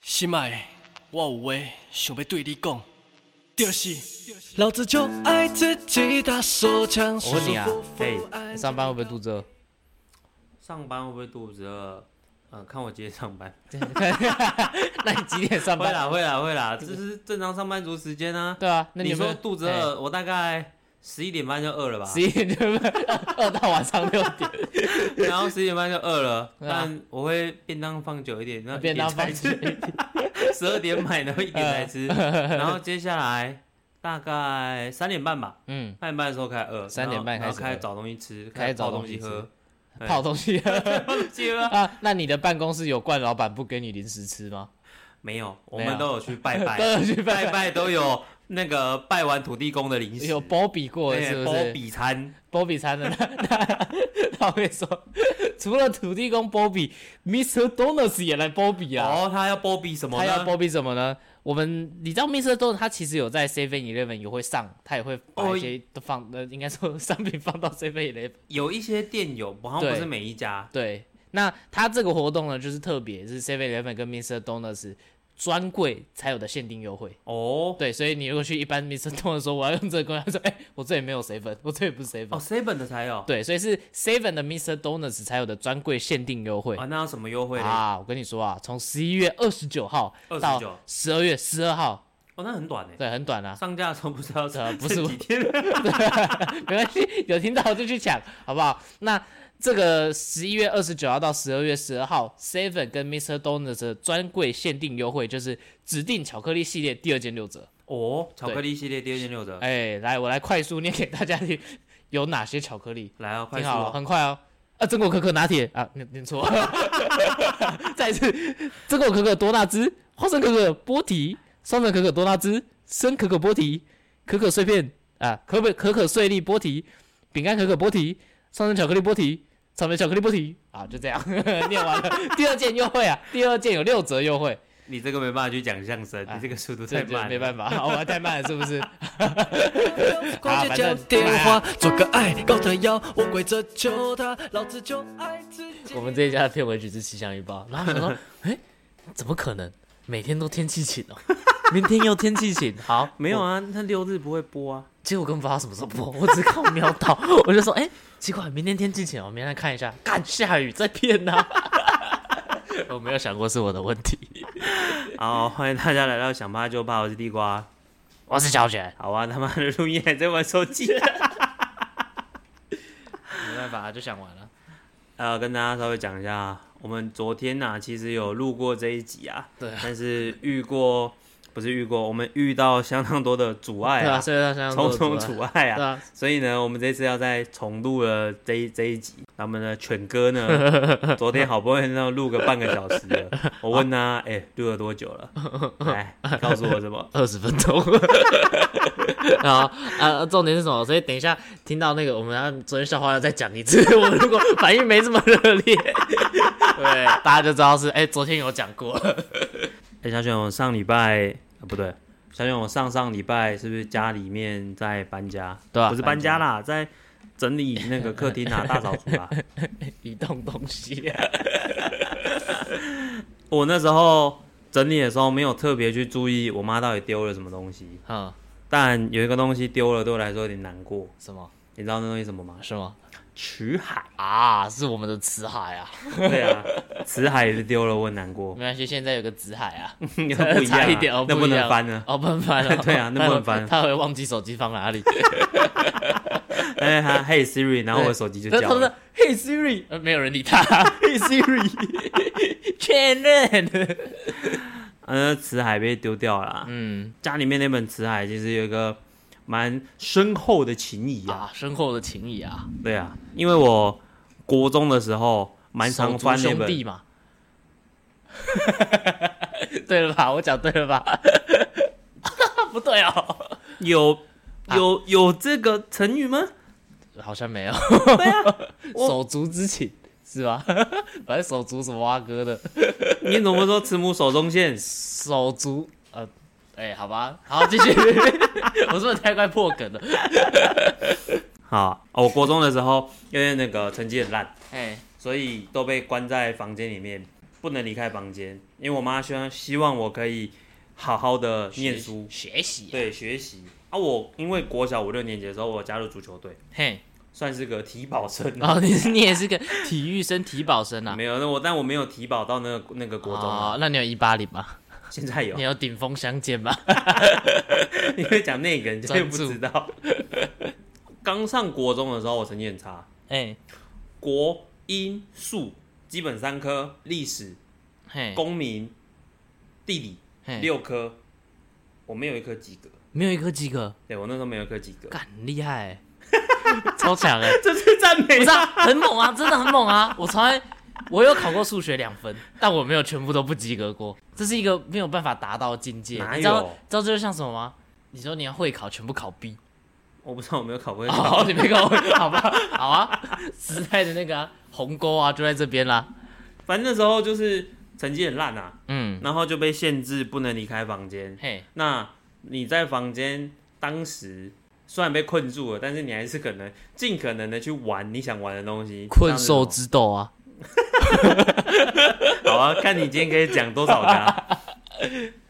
心爱的，我有话想要对你讲，就是老子就爱自己打手枪。我问你啊舒舒服服嘿爱上班会不会肚子饿？哎 上班会不会肚子饿？嗯， 看我几点 上班。那你几点上会班？啦，会啦，会啦，这是正常上班族时间啊。对啊，那你有没有说肚子饿，我大概十一点半就饿了吧哎？十一点就 饿到晚上六 点，然后十一点半就饿了， 对啊但我会便当放久一点，那便当放嗯弃。 十二点买，然后一点才吃。 然后接下来大概三点半吧， 嗯，三点半的时候开始饿，三点半然后然开始饿后开始找东西吃，开始找泡东东西西吃喝，哎泡东西 接了。啊。那你的办公室有冠老板不给你零食吃吗？没有，我没有们都有去拜 拜，都有去拜拜 拜拜都有那个拜完土地公的零食，有包比过了哎是不包是？比餐，波比才能。 那我跟你说，除了土地公波比，Mr. Donuts 也来波比啊。哦，他要波比什么他要呢？波比什么呢？我们你知道 Mr. Donuts 他其实有在 Seven Eleven 也会上，他也会把哦一些都放，呃，应该说商品放到 Seven Eleven。有一些店有，好像对不是每一家，对，那他这个活动呢，就是特别是 Seven Eleven 跟 Mr. Donuts 专柜才有的限定优惠。哦对，所以你如果去一般 Mr. Donuts 说我要用这个功能，他说哎、我这里没有 Seven，我这里不是 Seven。哦，seven 的才有，对，所以是 Seven 的 Mr. Donuts 才有的专柜限定优惠啊，那有什么优惠呢？啊！我跟你说啊，从十一月二十九号到29十二月十二号，哦，那很短呢。，对，很短啊上架的时候 不知道是呃不是这几天， 没关系，有听到就去抢，好不好？那这个十一月二十九号到十二月十二号，Seven 跟 Mr. Donuts 的专柜限定优惠就是指定巧克力系列第二件六折。哦，巧克力系列第二件六折，哎，来，我来快速念给大家听，有哪些巧克力？来啊，快挺速好了，哦，很快哦。啊，榛果可可拿铁啊，念念错。 再一次，榛果可可多纳兹、花生可可波提、双层可可多纳兹、生可可波提、可可碎片啊，可可可可碎粒波提、饼干可可波提、双层巧克力波提、草莓巧克力波提啊，就这样 念完了。第二件优惠啊，第二件有六折优惠，你这个没办法去讲相声，哎你这个速度这太这慢，没办法，我太慢了，是不是？挂啊着反讲正电来啊话，做个爱，高的腰，我跪着求他，老子就爱自己。 我们这一家的片尾曲是《气象预报》，然后想说， 哎、怎么可能？每天都天气晴哦，明天又天气 晴，好，没有我。啊，那六日不会播啊，结果根本不知道什么时候播，我只靠瞄到， 我就说，哎、奇怪，明天天气晴哦，明天看一下，干下雨，在骗呐、 我没有想过是我的问题，好，欢迎大家来到想怕就怕，我是地瓜。我是小雪，好啊，他妈的录音还在玩手机。没办法，就想完了。呃，跟大家稍微讲一下，我们昨天呐、其实有录过这一集啊，对啊但是遇过不是遇过，我们遇到相当多的阻碍对啊，啊，所以他想重重阻碍对啊，啊，所以呢，我们这次要再重录了这一这一集。那我们的犬 哥呢，昨天好不容易要录个半个小时了，我问他，哎、录了多久 了？来，你告诉我什么？二十分钟。 然后啊，重点是什么？所以等一下听到那个，我们要昨天笑话要再讲一次。 我如果反应没这么热烈，对，大家就知道是哎、昨天有讲 过。哎、小卷，我上礼拜、啊、不对，小卷，我上上礼拜是不是家里面在搬家？对啊不是搬家啦，在整理那个客厅 啊，大扫除啊。移动东 西、我那时候整理的时候没有特别去注意我妈到底丢了什么东西，嗯，但有一个东西丢了，对我来说有点难过。什么？你知道那东西什么吗？是吗？曲海。啊，是我们的辞海啊， 对啊，辞海也是丢了，我很难过 没，关系，现在有个辞海啊，那不一样、差啊，一点哦，那不一样能翻呢。哦，不能翻了，对啊那不能翻他会忘记手机放哪里。 哎，他嘿 Siri，然后我手机 就对叫他说了。 ：“Hey Siri，呃没有人理 他。Hey Siri，确 认。呃，辞海被丢掉了啊。嗯家里面那本《辞海》其实有一个蛮深厚的情谊啊。啊，深厚的情谊啊，对啊，因为我国中的时候蛮常手足翻那兄本弟，嘛。 对了吧？我讲对了吧？ 不对哦，有啊有有这个成语吗？好像没有。对啊， 我手足之情是吧？ 反正手足什么蛙哥的你怎么说慈母手中线？手足呃。哎、好吧，好，继续。 我是不是太快破梗了？好，哦我国中的时候因为那个成绩很烂，哎、所以都被关在房间里面。不能离开房间，因为我妈希望希望我可以好好的念书，学习，对，学习啊。我因为国小五六年级的时候，我加入足球队，嘿，算是个体保 生、然后你是你也是个体育生、体保生啊？没有，那我但我没有体保到那个那个国中、啊，哦，那你有一八零吗？现在有 你。有顶峰相见吗？你会讲那个，你就会专不注知道。 刚上国中的时候，我成绩很差，哎，国英数基本三科，历史、嘿，公民、地理嘿，六科，我没有一科及格。没有一科及格，对我那时候没有一科及格，干很厉害欸，超强哎， 这是赞美不是啊，很猛啊，真的很猛啊！我从来我有考过数学两分，但我没有全部都不及格过，这是一个没有办法达到的境界。哪你知道有知道这就像什么吗？你说你要会考，全部考 B，我不知道我没有考过，好、你没考会考，好吧？好啊，时代的那个、啊、鸿沟啊，就在这边啦。反正那时候就是成绩很烂啊，嗯，然后就被限制不能离开房间。嘿，那你在房间当时虽然被困住了，但是你还是可能尽可能的去玩你想玩的东西。困这样兽子之斗啊，好啊，看你今天可以讲多少个啊。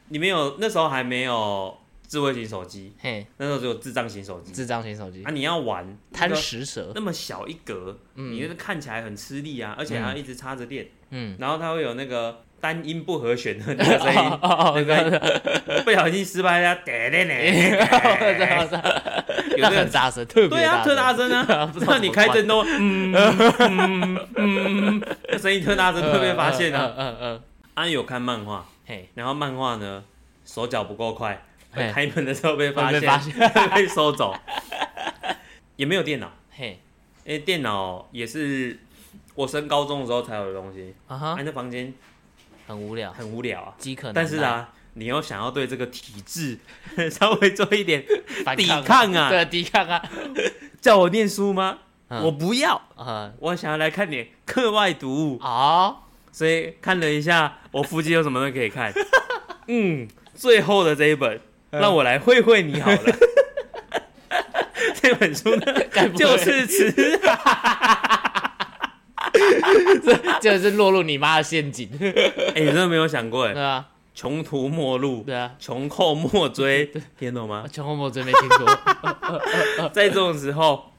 你没有那时候还没有智慧型手机，嘿，那时候只有智障型手机智障型手机啊。，你要玩贪那个食蛇，那么小一格，你就是看起来很吃力啊，而且还要一直插着电，嗯，然后它会有那个单音不和弦的那个 声音，哦那个不小心失败了， 得嘞嘞，有那这个很大声，特别对啊，特大大 声啊不知，道那怎你么开关震 动，嗯嗯嗯，那声音特大声声，会被发现啊。嗯嗯嗯嗯，安有看漫画，嘿，然后漫画呢手脚不够快，嘿开门的时候被发会现，被发会 被收走，也没有电脑。嘿，因为电脑也是我升高中的时候才有的东西，啊啊，哈，那房间很无聊，很无聊啊。饥渴难耐，但是啊，你又想要对这个体制 稍微做一点，反抵抗啊对，抵抗啊，叫我念书吗？嗯我不要，嗯，我想要来看点课外读物，哦，所以看了一下我附近有什么东西可 以看。嗯，最后的这一本，嗯让我来会会你 好了。这本书 呢，该不会就是吃 就是落入你妈的陷阱，哎、你真的没有想过哎，对啊，穷途末路，对啊，穷寇莫追，听懂 吗？全红魔真没听过，哦在这种时候，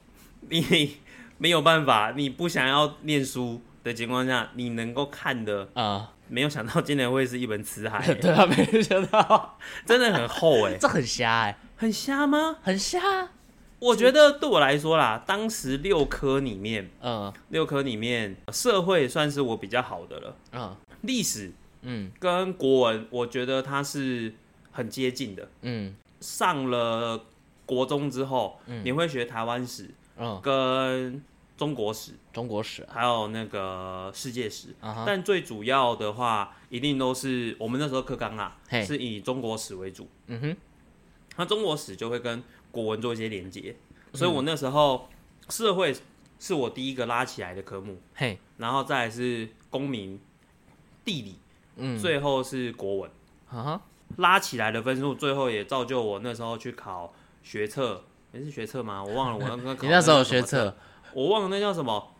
你没有办法，你不想要念书的情况下，你能够看的，啊，没有想到今年会是一本词海、 对啊，没想到，真的很厚哎、这很瞎哎，很瞎吗？很瞎，我觉得对我来说啦，当时六科里面，嗯六科里面社会算是我比较好的了，嗯历史嗯跟国文，我觉得它是很接近的。嗯上了国中之后，你会学台湾史嗯，跟中国史，中国史啊，还有那个世界史。啊哈，但最主要的话，一定都是我们那时候课纲啦，嘿是以中国史为主。嗯哼，那中国史就会跟国文做一些连接，所以嗯我那时候社会是我第一个拉起来的科目，嘿，然后再来是公民、地理，嗯，最后是国文。啊哈，拉起来的分数，最后也造就我那时候去考学测，也是学测吗？我忘了，我那 你那时候有考叫学什么，测，我忘了那叫什么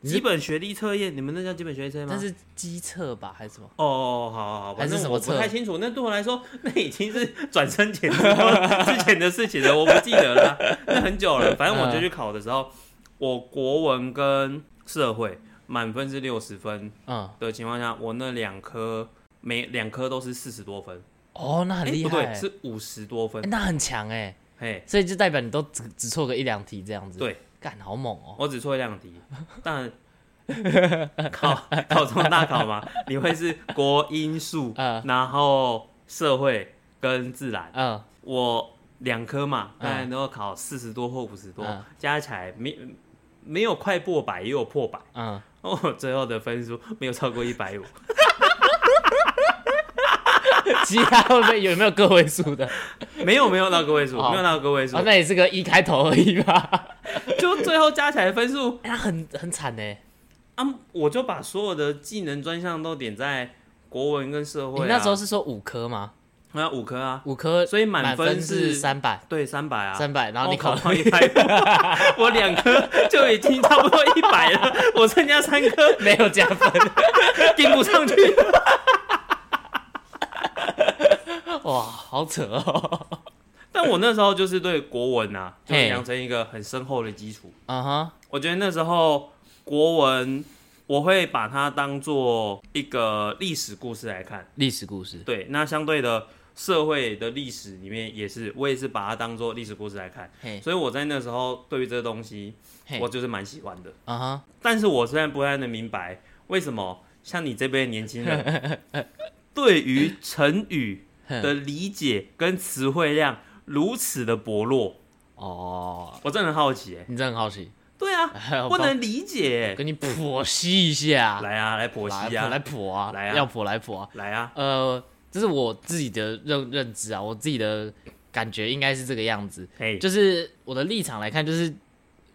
你是基本学历测验，你们那叫基本学历测验吗？那是机测吧还是什么？哦，好好好，还反是正什么我不测太清楚。那对我来说， 那已经是转身前之后之前的事 情了，我不记得了， 那很久了。反正嗯我就去考的时候，我国文跟社会满分是六十分嗯，的情况下，我那两科每两科都是四十多分，哦，那哎很厉不害对，欸，是五十多分欸。那很强哎，嘿，所以就代表你都只只错个一两题这样子，对，干好猛哦，我只错两题， 但考考中大考嘛，你会是国英数，嗯然后社会跟自然。嗯，我两科嘛，嗯当然都要考四十多或五十多，嗯加起来没没有快破百，也有破百。嗯， 哦，最后的分数没有超过一百 五，其他会不会有没有个位数的？没有没有到个位数，好没有到个位数哦，，那也是个一开头而已吧。就最后加起来的分数 哎、他很很惨呢、啊，我就把所有的技能专项都点在国文跟社你会、啊。那时候是说五科吗？那五颗啊，五颗，所以满满分分是是三百，对，三百啊，三百，然后你哦考考到一百 五，我两颗就已经差不多一百了，我参加三颗没有加分， 顶不上去。哇，好扯哦。但我那时候就是对国文啊，就嘿养成一个很深厚的基础。啊哈，我觉得那时候国文，我会把它当做一个历史故事来看。历史故事，对，那相对的社会的历史里面也是，我也是把它当做历史故事来看。嘿，所以我在那时候对于这个东西，嘿我，就是蛮喜欢的。啊哈，但是我虽然不太能明白为什么像你这辈的年轻人， 对于成语的哼理解跟词汇量如此的薄弱，哦，我真的很好奇、欸。你真的很好奇， 对啊，我不帮能理解、欸。跟你剖析一下，来啊，来剖析啊，来剖啊，来啊要剖来剖啊。来啊，呃，这是我自己的认认知啊，我自己的感觉应该是这个样子。嘿，就是我的立场来看，就是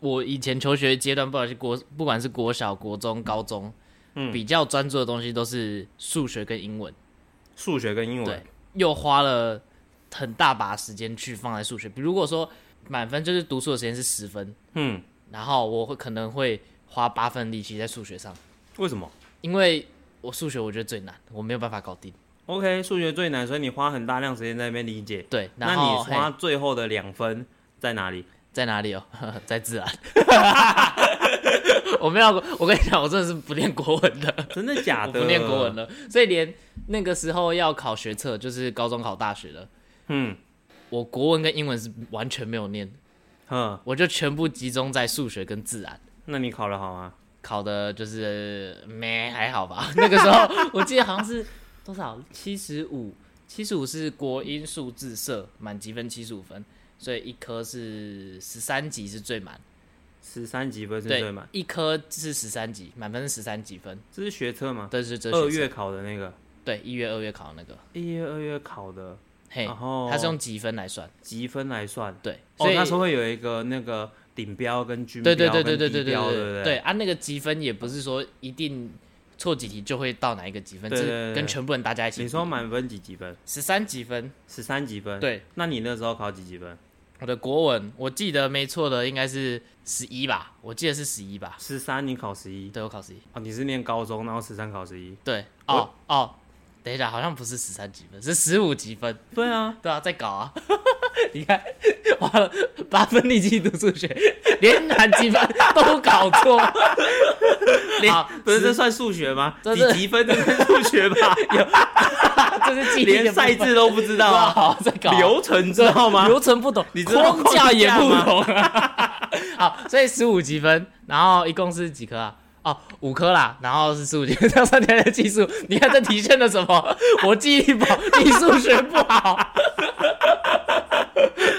我以前求学阶段，不管是国，不管是国小、国中、高中，嗯比较专注的东西都是数学跟英文，数学跟英对文，，又花了很大把时间去放在数学。比如如果说满分就是读书的时间是十分，嗯，然后我会可能会花八分力气在数学上，为什么因为我数学我觉得最难，我没有办法搞定。 ？OK，数学最难，所以你花很大量时间在那边理解。对，那然你后嘿花最后的两分在哪里？在哪里哦？ 在自然。我没有，我跟你讲，我真的是不练国文 的，真的假 我的？不练国文。了，所以连那个时候要考学测，就是高中考大学了，嗯我国文跟英文是完全没有念，哼，我就全部集中在数学跟自然。那你考得好吗？考的就是没还好吧。 那个时候我记得好像是多少七十五，七十五是国英数自社满积分七十五分，所以一科是十三级是最满，十三级分是对对吗？一科是十三级，满分是十三几分，这是学测吗？这是这学二测月考的那个，对一月二月考的那个，一月二月考的，嘿，然后它是用积分来算，积分来算。对，哦所，以、那时候会有一个那个顶标跟均对标对跟对对对低对标，对对不对？啊，那个积分也不是说一定错几题就会到哪一个积分，对对是对跟全部人大家一起比。你说嗯满分几几分？十三积分，十三几分。，对，那你那时候考几几分？我的国文，我记得没错的应该是十一吧，我记得是十一吧。十三你考十一，对，我考十一。哦，你是念高中，然后十三考十一。对，哦哦，等一下，好像不是十三积分，是十五积分。对啊，对啊，在搞啊！ 你看，花了八分力气读数学，连满积分都搞 错。好，啊不是这算数学吗？这你是积分这算数 学吧？ 这是记忆的连部分赛制都不知道哇啊，好在搞啊流程知道吗？流程不懂，你知道框架也不懂框啊。 好，所以十五积分，然后一共是几科啊？哦，五科啦，然后是十五积分，这样算起来的技术，你看这体现了什 么？我记忆力不好，你数学不好，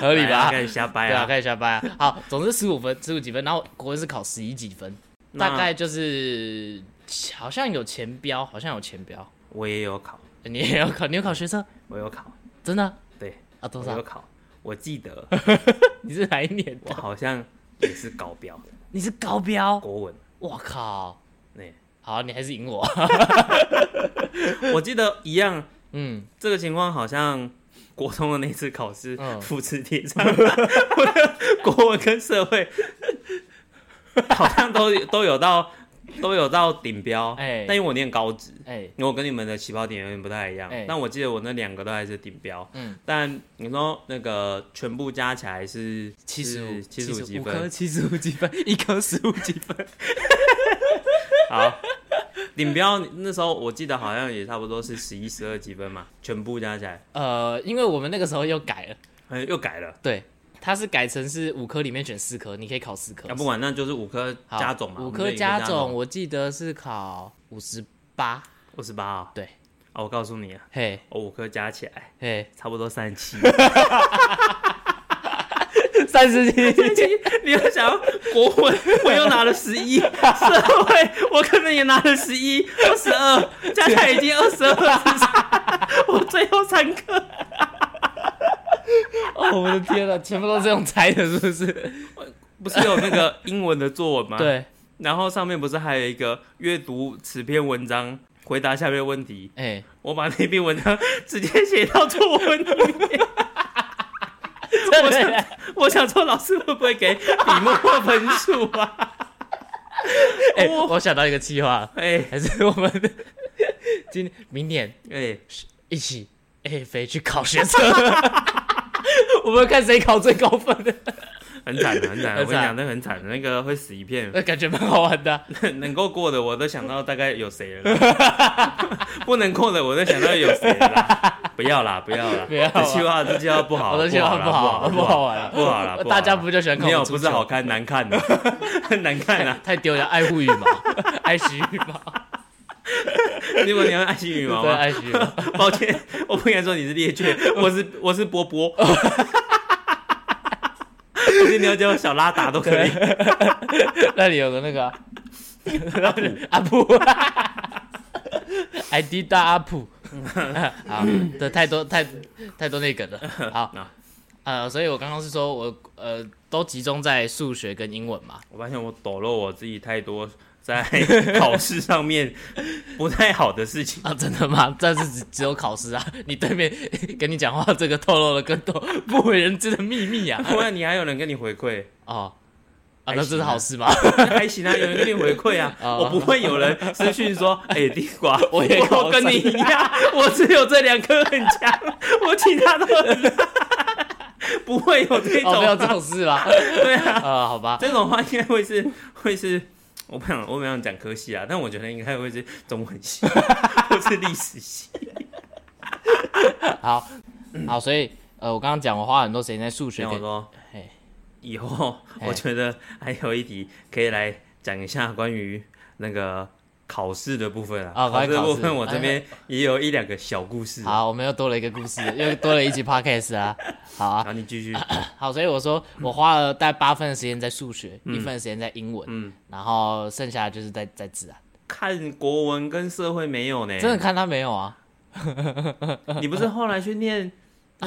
合理来啊吧？开始瞎掰对啊，啊！开始下班啊。好，总之十五分，十五几分，然后国文是考十一几分，那大概就是好像有前标，好像有前标。我也有考，你也有考，你有考学测？我有考，真的对，啊？多我有少？考。我记得你是哪一年我的？好像也是高标你是高标？ 国文，我靠！哎，好，你还是赢我。我记得一样，嗯，这个情况好像国中的那次考试嗯复制贴上， 我的国文跟社会 好像都有都有到都有到顶标，哎但因为我念高职，哎、因为我跟你们的起跑点有点不太一样，哎但我记得我那两个都还是顶标，嗯，但你说那个全部加起来是七十五，七十五积科分，七十五积分，一科十五积分。好。顶标那时候我记得好像也差不多是十一、十二积分嘛，全部加起来，呃，因为我们那个时候又改了，哎，又改了。对，它是改成是五科里面选四科，你可以考四科。啊，不管，那就是五颗好加总嘛，五我们就科一个加加总，，我记得是考五十八。五十八啊。对，啊，我告诉你啊，嘿，我五颗加起来嘿，差不多三十七。 三十七，你要想要国文， 我又拿了十一，社会我可能也拿了十一，二十二，加起来已经二十二， 我最后三颗，哦，我的天 呐，全部都是用猜的，是不是？不是有那啊个英文的作文吗？。对，然后上面不是还有一个阅读此篇文章，回答下面的问题，哎、我把那篇文章直接写到作文 里面。我哎想，我想说，老师会不会给笔墨分数 啊？哎、我我想到一个计划，哎还是我们今明年哎，一起哎飞去考学测， 我们看谁考最高分的，很惨啊的，很很惨的。惨我跟你讲，那很惨的，那个会死一 片。那感觉蛮好玩的啊、能够过的，我都想到大概有谁了啦； 不能过的，我都想到有谁了啦。不要啦，不要啦， 不要啦这计划，这计划不好，我的计划不好啦，不好不好好玩啦不好啦。不好啦大家不就喜欢看我没有们足不球是好看，难 看的，难看啊！ 太丢人，爱护羽 毛，爱惜羽毛，如果你要爱惜羽毛对，吗？爱惜羽毛。 抱歉，我不敢说你是猎犬，我是我是 波波。而且你要叫我小拉达都可以， 那里有个那个 啊 阿普，i d 大阿普， 好，对，太多太太多那个了， 好啊，呃，所以我刚刚是说我呃都集中在数学跟英文嘛，我发现我抖落我自己太多在考试上面不太好的事情。 啊，真的吗？ 这是只只有考试啊，你对面 跟你讲话这个透露了更多不为人知的秘密啊，不然你还有人跟你回馈，哦，啊，还那这行是啊好 事吗？还行啊，有人跟你回馈啊。哦我不会有人私讯说，哎、地瓜， 我也考我跟你一 样，我只有这两颗很强，我其他都 很烂，不会有这种、哦，没 有这种事吧？对 啊。呃，好吧，这种话应该会是 会是，我不想我不想讲科系啊，但我觉得应该会是中文系 或是历史 系。好，好，所以呃，我刚刚讲我花很多时间在数学听我跟说嘿，以后嘿我觉得还有一题可以来讲一下关于那个考试的部分啊，啊考关试于的考试部分我这边也有一两个小故事。，好，我们又多了一个故事，又多了一集 podcast 啊。好啊，然后你继续，好，所以我说我花了大概八分的时间在数学，一分的时间在英文，嗯，然后剩下的就是在在自然。看国文跟社会没有呢，真的看他没有啊？你不是后来去念 那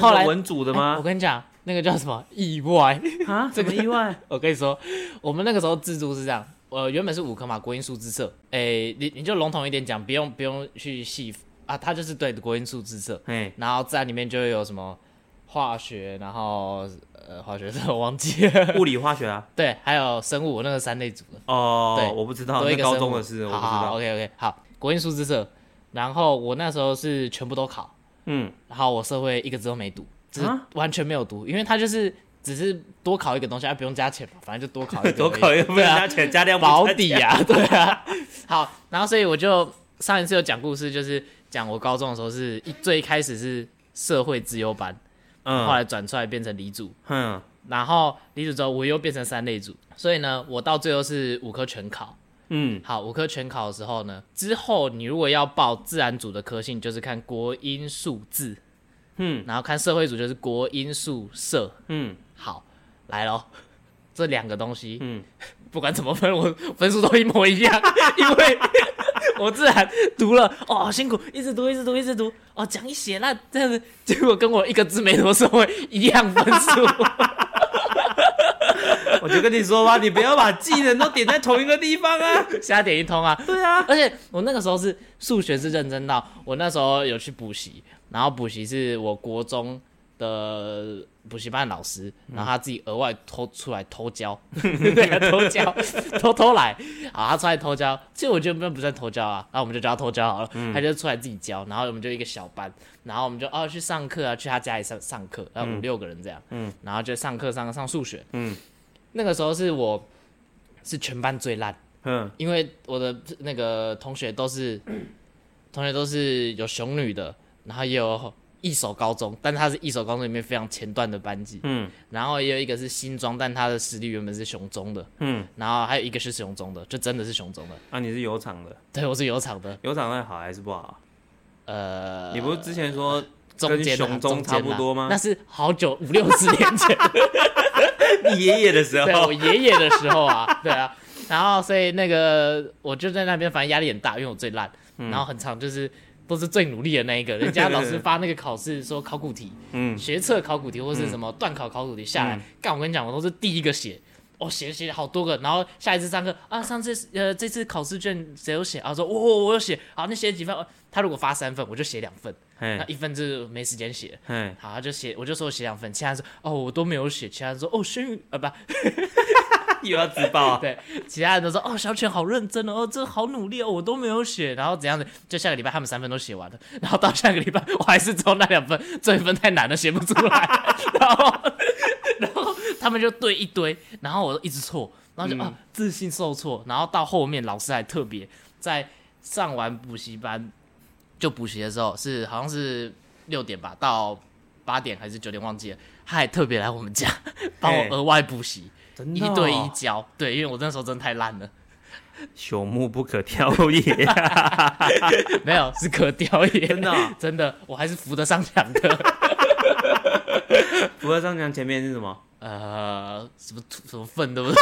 后个来文组的哎我吗？跟你讲，那个叫什么意外？ 啊，什么意外？我跟你说，我们那个时候自助是这样，呃，原本是五科嘛，国音数自测。诶，你你就笼统一点讲，不用不用去细啊，它就是对国音数自测。哎，然后在里面就会有什么化学，然后呃化学 我忘记了，物理化学啊？对，还有生物，我那个三类组的，哦对，我不知道，多一那个高生中物的事我不好知好道。 OK OK，好，国英数自社，然后我那时候是全部都考，嗯，然后我社会一个字都没读，只是啊完全没有读，因为它就是只是多考一个东西，啊，不用加钱嘛，反正就多考 一个，多考一个不能对啊加钱，加量不保加底钱。啊， 对啊。好，然后所以我就上一次有讲故事，就是讲我高中的时候是一最一开始是社会自由班，后嗯来转出来变成理组，哼，然后理组之后我又变成三类组，所以呢，我到最后是五科全考。嗯，好，五科全考的时候呢，之后你如果要报自然组的科系，你就是看国英数字，嗯，然后看社会组就是国英数社。嗯好，来咯，这两个东西，嗯， 不管怎么分，我分数都一模一样，因为我自然读了，哦，好辛苦，一直读，一直读，一直读，哦，讲一写那这样子，结果跟我一个字没读的时候一样分数，我就跟你说吧，你不要把技能都点在同一个地方啊。 瞎点一通啊！对啊，而且我那个时候是数学是认真到，我那时候有去补习，然后补习是我国中的补习班老师，然后他自己额外偷出来偷 教，对、啊，偷教，偷偷来，啊，他出来偷教，其实我觉得那不算偷教啊，那、我们就叫他偷教好了，嗯他就出来自己教，然后我们就一个小班，然后我们就哦去上课啊，去他家里上上课，然后五六个人这样，嗯，然后就上课上上数学，嗯，那个时候是我是全班最烂。嗯因为我的那个同学都是 同学都是有熊女的，然后也有一手高中，但他是一手高中里面非常前段的班级，嗯然后也有一个是新庄，但他的实力原本是熊中的，嗯，然后还有一个是熊中的，就真的是熊中的，啊，你是有厂的，对我是有场的，有厂那好还是不好？呃，你不是之前说中间啊跟熊中差不多中间啊吗那是好久五六十年前，你爷爷的时对我候？爷爷的时候啊，对啊，然后所以那个我就在那边，反正压力很大，因为我最烂，然后很长就是都是最努力的那一个，人家老师发那个考试说考古题，嗯学测考古题或是什么段考考古题下来，干我跟你讲，我都是第一个写，哦，写写好多个，然后下一次上课啊，上次呃这次考试卷谁有写啊？说我我我有写，好，那写几份？哦他如果发三份，我就写两份，那 嘿，一份就是没时间写，嘿，好，他就写，我就说我写两份，其他人说哦我都没有写，其他人说哦轩宇呃不，又要自爆 啊！对， 其他人都说哦，小犬好认真哦，哦这好努力哦，我都没有写，然后怎样的？就下个礼拜他们三分都写完了， 然后到下个礼拜我还是只有那两分，这一分太难了，写不出来， 然后然后他们就对一堆，然后我都一直错，然后就、啊自信受挫，然后到后面老师还特别在上完补习班就补习的时候是好像是六点吧到。八点还是九点忘记了，他还特别来我们家帮嘿我额外补习，真一的哦对一教，对，因为我那时候真的太烂了， 朽木不可雕 也，没有是可雕也，真的哦 真的，我还是扶得上墙的。 不过上墙前面是什么？呃，什么土什么粪，对不对？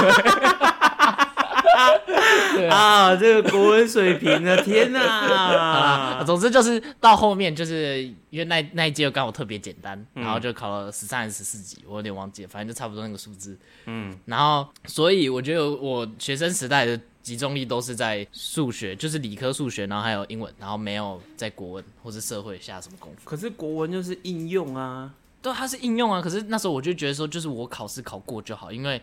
啊，这个国文水平 呢，天啊，哪！总之就是到后面，就是因为那那一届刚好特别简单，然嗯后就考了十三还是十四级，我有点忘记了，反正就差不多那个数字。嗯，然后所以我觉得我学生时代的集中力都是在数学，就是理科数学，然后还有英文，然后没有在国文或是社会下什么功夫。可是国文就是应用啊，对，它是应用啊。可是那时候我就觉得说，就是我考试考过就好，因为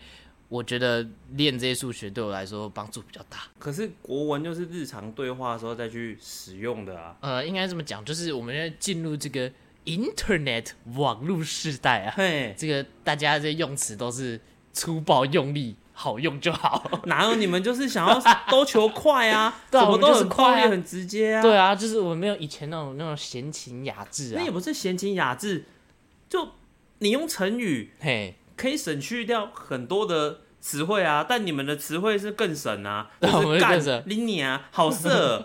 我觉得练这些数学对我来说帮助比较大。可是国文就是日常对话的时候再去使用的啊。呃，应该这么讲，就是我们现在进入这个 Internet 网络时代啊，嘿，这个大家这用词都是粗暴用力，好用就好。哦哪有你们就是想要都求快啊？ 对啊什么我都们就是很暴快啊力、很直接啊。对啊，就是我没有以前那种那种闲情雅致那啊也。不是闲情雅致，就你用成语嘿，可以省去掉很多的词汇啊，但你们的词汇是更省啊，对就我们是是干更省，拎你啊，好 色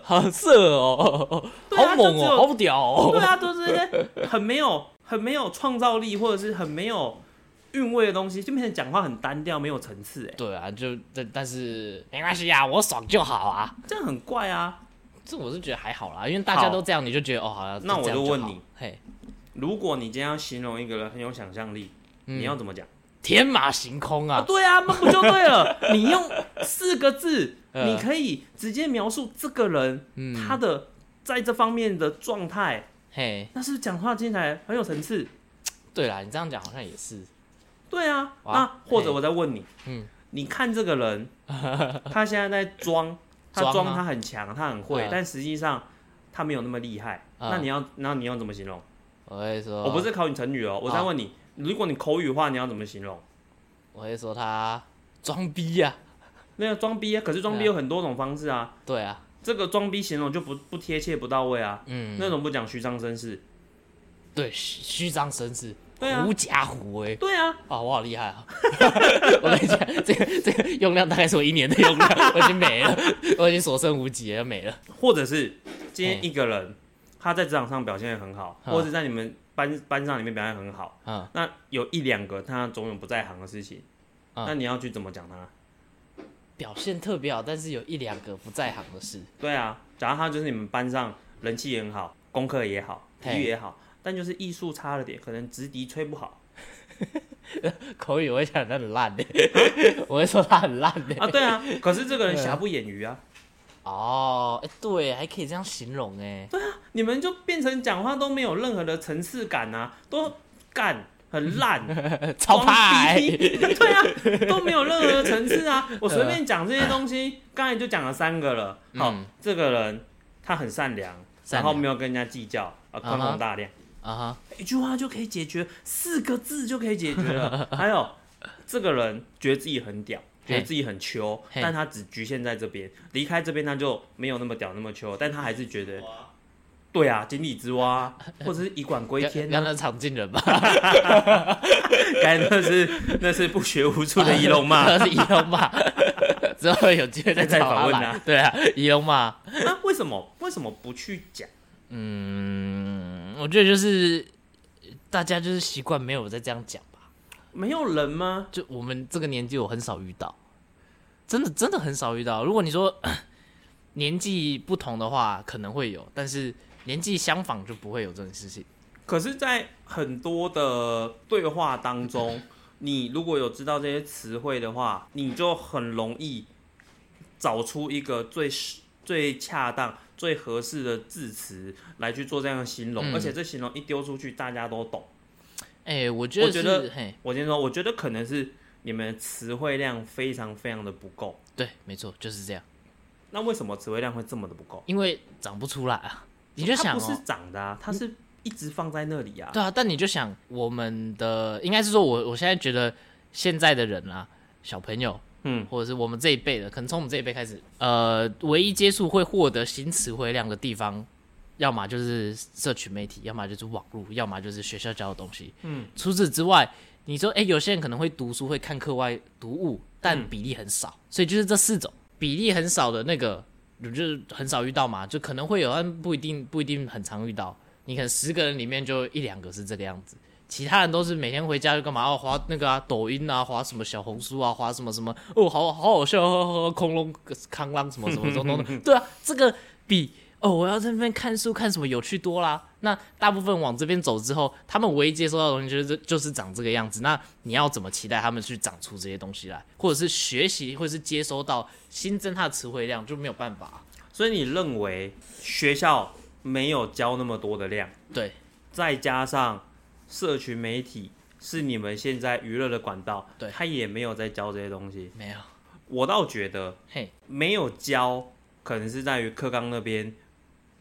好色哦，对啊好猛就只有哦，好屌对哦。啊，都是一些很没有、很没有创造力，或者是很没有韵味的东西，就变成讲话很单调，没有层次，哎，对啊，就但但是没关系啊，我爽就好啊。这样很怪啊。这我是觉得还好啦，因为大家都这样，你就觉得哦，好像那我这样就就问好你，嘿，如果你今天要形容一个人很有想象力，你嗯要怎么讲？天马行空啊，啊， 对啊，那不就 对了？你用四个字，呃你可以直接描述这个人、嗯他的在这方面的状态，嘿，那是不是讲话听起来很有层次。对啦，你这样讲好像也是，对啊，哇那或者嘿我再问你，嗯，你看这 个人，他现在在装，他装装啊他很强，他很会嗯，但实际上他没有那么厉害。嗯那你要，那你要怎么形容？我会说，我不，是考你成语哦，我在好问你，如果你口语的话，你要怎么形容？我会说他装逼啊呀、那个装逼啊，可是装逼对啊有很多种方式啊。啊，对啊，这个装逼形容就不不贴切不到位啊，嗯，那种不讲虚张声势。对，虚虚张声势，对啊狐假虎威，对啊，啊、我好厉害啊！ 我跟你讲，这个这个用量大概是我一年的用量，我 已经没了，我已经所剩无几了，要没了。或者是今天嘿一个人他在职场上表现得很好，嗯或者是在你们班班上里面表现得很好，嗯，那有一两个他总有不在行的事情，嗯那你要去怎么讲他？表现特别好，但是有一两个不在行的事，对啊，假如他就是你们班上人气也很好，功课也好，体育嘿也好，但就是艺术差了点，可能直笛吹 不好口语我会讲他很烂的， 我会说他很烂的。啊。对啊，可是这个人对啊瑕不掩瑜啊，哦，哎、对，还可以这样形容哎、你们就变成讲话都没有任何的层次感啊，都干很烂。超装派，逼 对啊，都没有任何层次啊。 我随便讲这些东西，刚才就讲了三个了。好嗯，这个人他很善良，善良然后没有跟人家计较，啊，宽啊哈宏大量， 啊哈，一句话就可以解决，四个字就可以解决 了。还有，这个人觉得自己很屌。觉得自己很秋，嘿但他只局限在这边，离开这边他就没有那么屌那 么秋，但他还是觉得，对啊，井底之蛙啊，或者是以管归 天啊让，他常进人 吧，该那是那是不学 无术的伊隆嘛，他是伊隆 嘛，之后有机会再再找访他问来啊，对啊，伊隆嘛， 那为什么为什么不去讲？嗯，我觉得就是大家就是习惯没有再这样讲吧，没有人吗？就我们这个年纪我很少遇到，真的真的很少遇到，如果你说 年纪不同的话可能会有，但是年纪相仿就不会有这种事情， 可是，在很多的对话当中，你如果有知道这些词汇的话，你就很容易找出一个最适最恰当、最合适的字词来去做这样的形容，嗯而且这形容一丢出去，大家都懂。哎、我觉得我觉是得嘿，我先说，我觉得可能是你们词汇量非常非常的不够。对，没错，就是这样，那为什么词汇量会这么的不够？因为长不出来啊。你就想它哦，不是长的、啊，它是一直放在那里啊。对啊，但你就想我们的，应该是说我我现在觉得现在的人啊，小朋友嗯，或者是我们这一辈的，可能从我们这一辈开始，呃，唯一接触会获得新词汇量的地方，要么就是社群媒体，要么就是网络，要么就是学校教的东西。嗯，除此之外，你说，诶，有些人可能会读书，会看课外读物，嗯但比例很少，所以就是这四种比例很少的那个，就是很少遇到嘛，就可能会有，但不一定不一定很常遇到。你可能十个人里面就一两个是这个样子。其他人都是每天回家就干嘛要滑那个啊抖音啊，滑什么小红书啊，滑什么什么哦，好好好笑，呵呵，恐龙康浪什么什么什么东东，对啊，这个比哦我要在那边看书看什么有趣多啦。那大部分往这边走之后，他们唯一接收到的东西就是就是长这个样子。那你要怎么期待他们去长出这些东西来，或者是学习，或者是接收到新增他的词汇量就没有办法啊、所以你认为学校没有教那么多的量，对，再加上社群媒体是你们现在娱乐的管道，对他也没有在教这些东西。没有，我倒觉得嘿，没有教，可能是在于课纲那边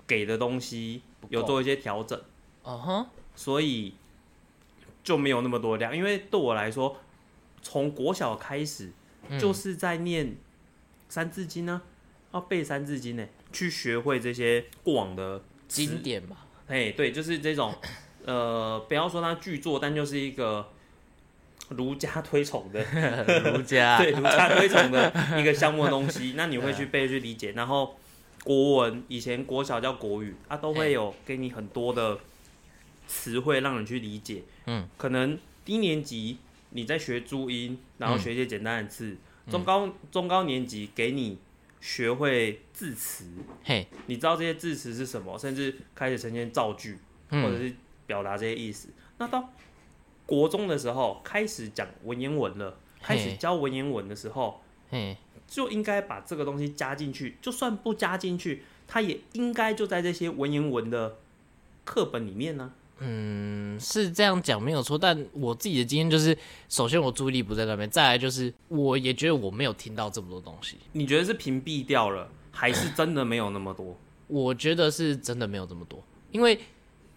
给的东西够有做一些调整，哦哼，所以就没有那么多量。因为对我来说，从国小开始嗯就是在念《三字经》呢，要背《三字经》呢，去学会这些过往的词经典嘛，哎，对，就是这种，呃，不要说它巨作，但就是一个儒家推崇的， 儒家 对，儒家推崇的一个项目的东西，那你会去背去理解。然后国文以前国小叫国语，它都会有给你很多的词汇让你去理解。嗯，可能低年级你在学注音，然后学一些简单的字；中高中高年级给你学会字词，嘿，你知道这些字词是什么，甚至开始呈现造句。或者嗯，是表达这些意思。那到国中的时候开始讲文言文了，开始嘿教文言文的时候，嘿。就应该把这个东西加进去。就算不加进去，它也应该就在这些文言文的课本里面呢、嗯是这样讲没有错，但我自己的经验就是，首先我注意力不在那边，再来就是我也觉得我没有听到这么多东西，你觉得是屏蔽掉了，还是真的没有那么多？我觉得是真的没有这么多，因为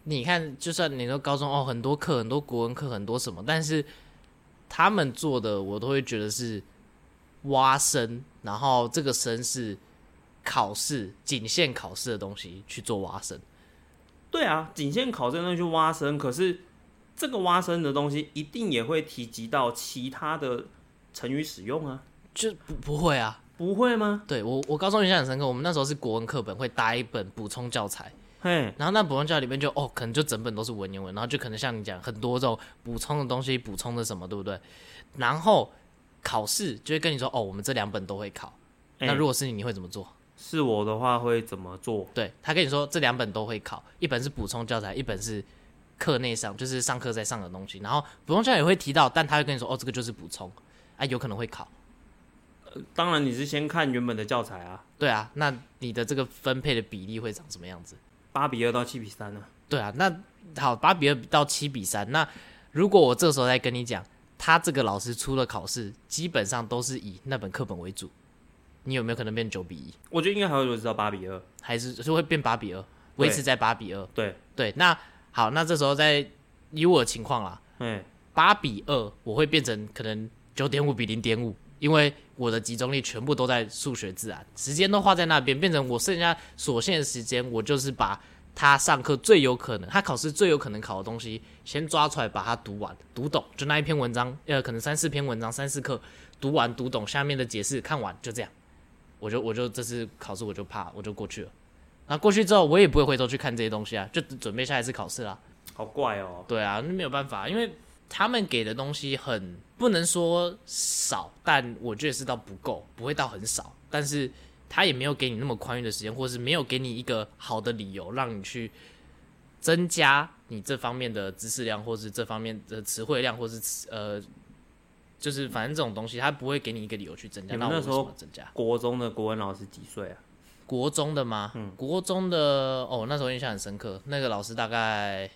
你看，就算你说高中哦，很多课，很多国文课，很多什么，但是他们做的我都会觉得是挖深，然后这个深是考试仅限考试的东西去做挖深， 对啊，仅限考证那去挖深，可是这个挖深的东西一定也会提及到其他的成语使用啊，就不不会啊，不会吗？对我我高中印象很深刻，我们那时候是国文课本会搭一本补充教材。嘿，然后那补充教材里面就哦，可能就整本都是文言文，然后就可能像你讲很多这种补充的东西，补充的什么，对不对？然后考试就会跟你说哦，我们这两本都会考。那哎如果是你，你会怎么做？是我的话会怎么做？对他跟你说这两本都会考，一本是补充教材，一本是课内上，就是上课在上的东西。然后补充教材也会提到，但他会跟你说哦，这个就是补充，啊，有可能会考。当然你是先看原本的教材啊，对啊，那你的这个分配的比例会长什么样子？八比二到七比三呢、对啊，那好，八比二到七比三。那如果我这时候再跟你讲，他这个老师出了考试，基本上都是以那本课本为主，你有没有可能变九比一，我觉得应该还会有知道八比二。还是就会变八比二，维持在八比二？对，对，那好，那这时候再以我的情况啦，哎，八比二我会变成可能九点五比零点五，因为我的集中力全部都在数学自然，时间都花在那边，变成我剩下所限的时间，我就是把他上课最有可能，他考试最有可能考的东西，先抓出来把它读完、读懂，就那一篇文章，呃，可能三四篇文章、三四课读完、读懂下面的解释，看完就这样，我就我就这次考试我就怕我就过去了。那过去之后，我也不会回头去看这些东西啊，就准备下一次考试啦。好怪哦。对啊，那没有办法，因为他们给的东西很不能说少，但我觉得是到不够，不会到很少，但是他也没有给你那么宽裕的时间，或是没有给你一个好的理由让你去增加你这方面的知识量，或是这方面的词汇量，或是词呃就是反正这种东西，他不会给你一个理由去增加。你那们我那为时什候么增加？国中的国文老师几岁啊？国中的吗？嗯国中的哦，那时候印象很深刻。那个老师大概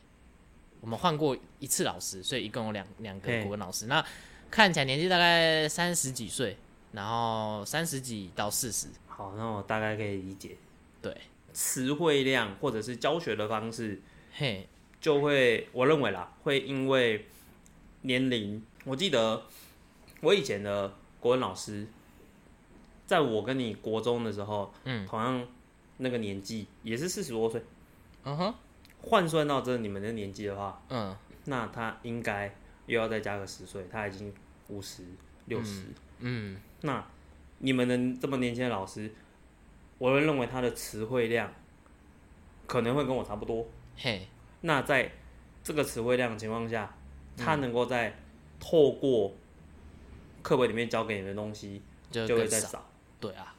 我们换过一次老师，所以一共有两两个嘿国文老师。那看起来年纪大概三十几岁，然后三十几到四十，好，那我大概可以理解对，词汇量或者是教学的方式，嘿，就会我认为啦，会因为年龄。我记得我以前的国文老师，在我跟你国中的时候，嗯，同样那个年纪也是四十多岁，嗯哼，换算到这你们的年纪的话，嗯那他应该又要再加个十岁，他已经五十六十。嗯，那你们能这么年轻的老师，我会认为他的词汇量可能会跟我差不多。嘿，那在这个词汇量的情况下，嗯他能够在透过课本里面教给你的东西就就会更再少，少。对啊，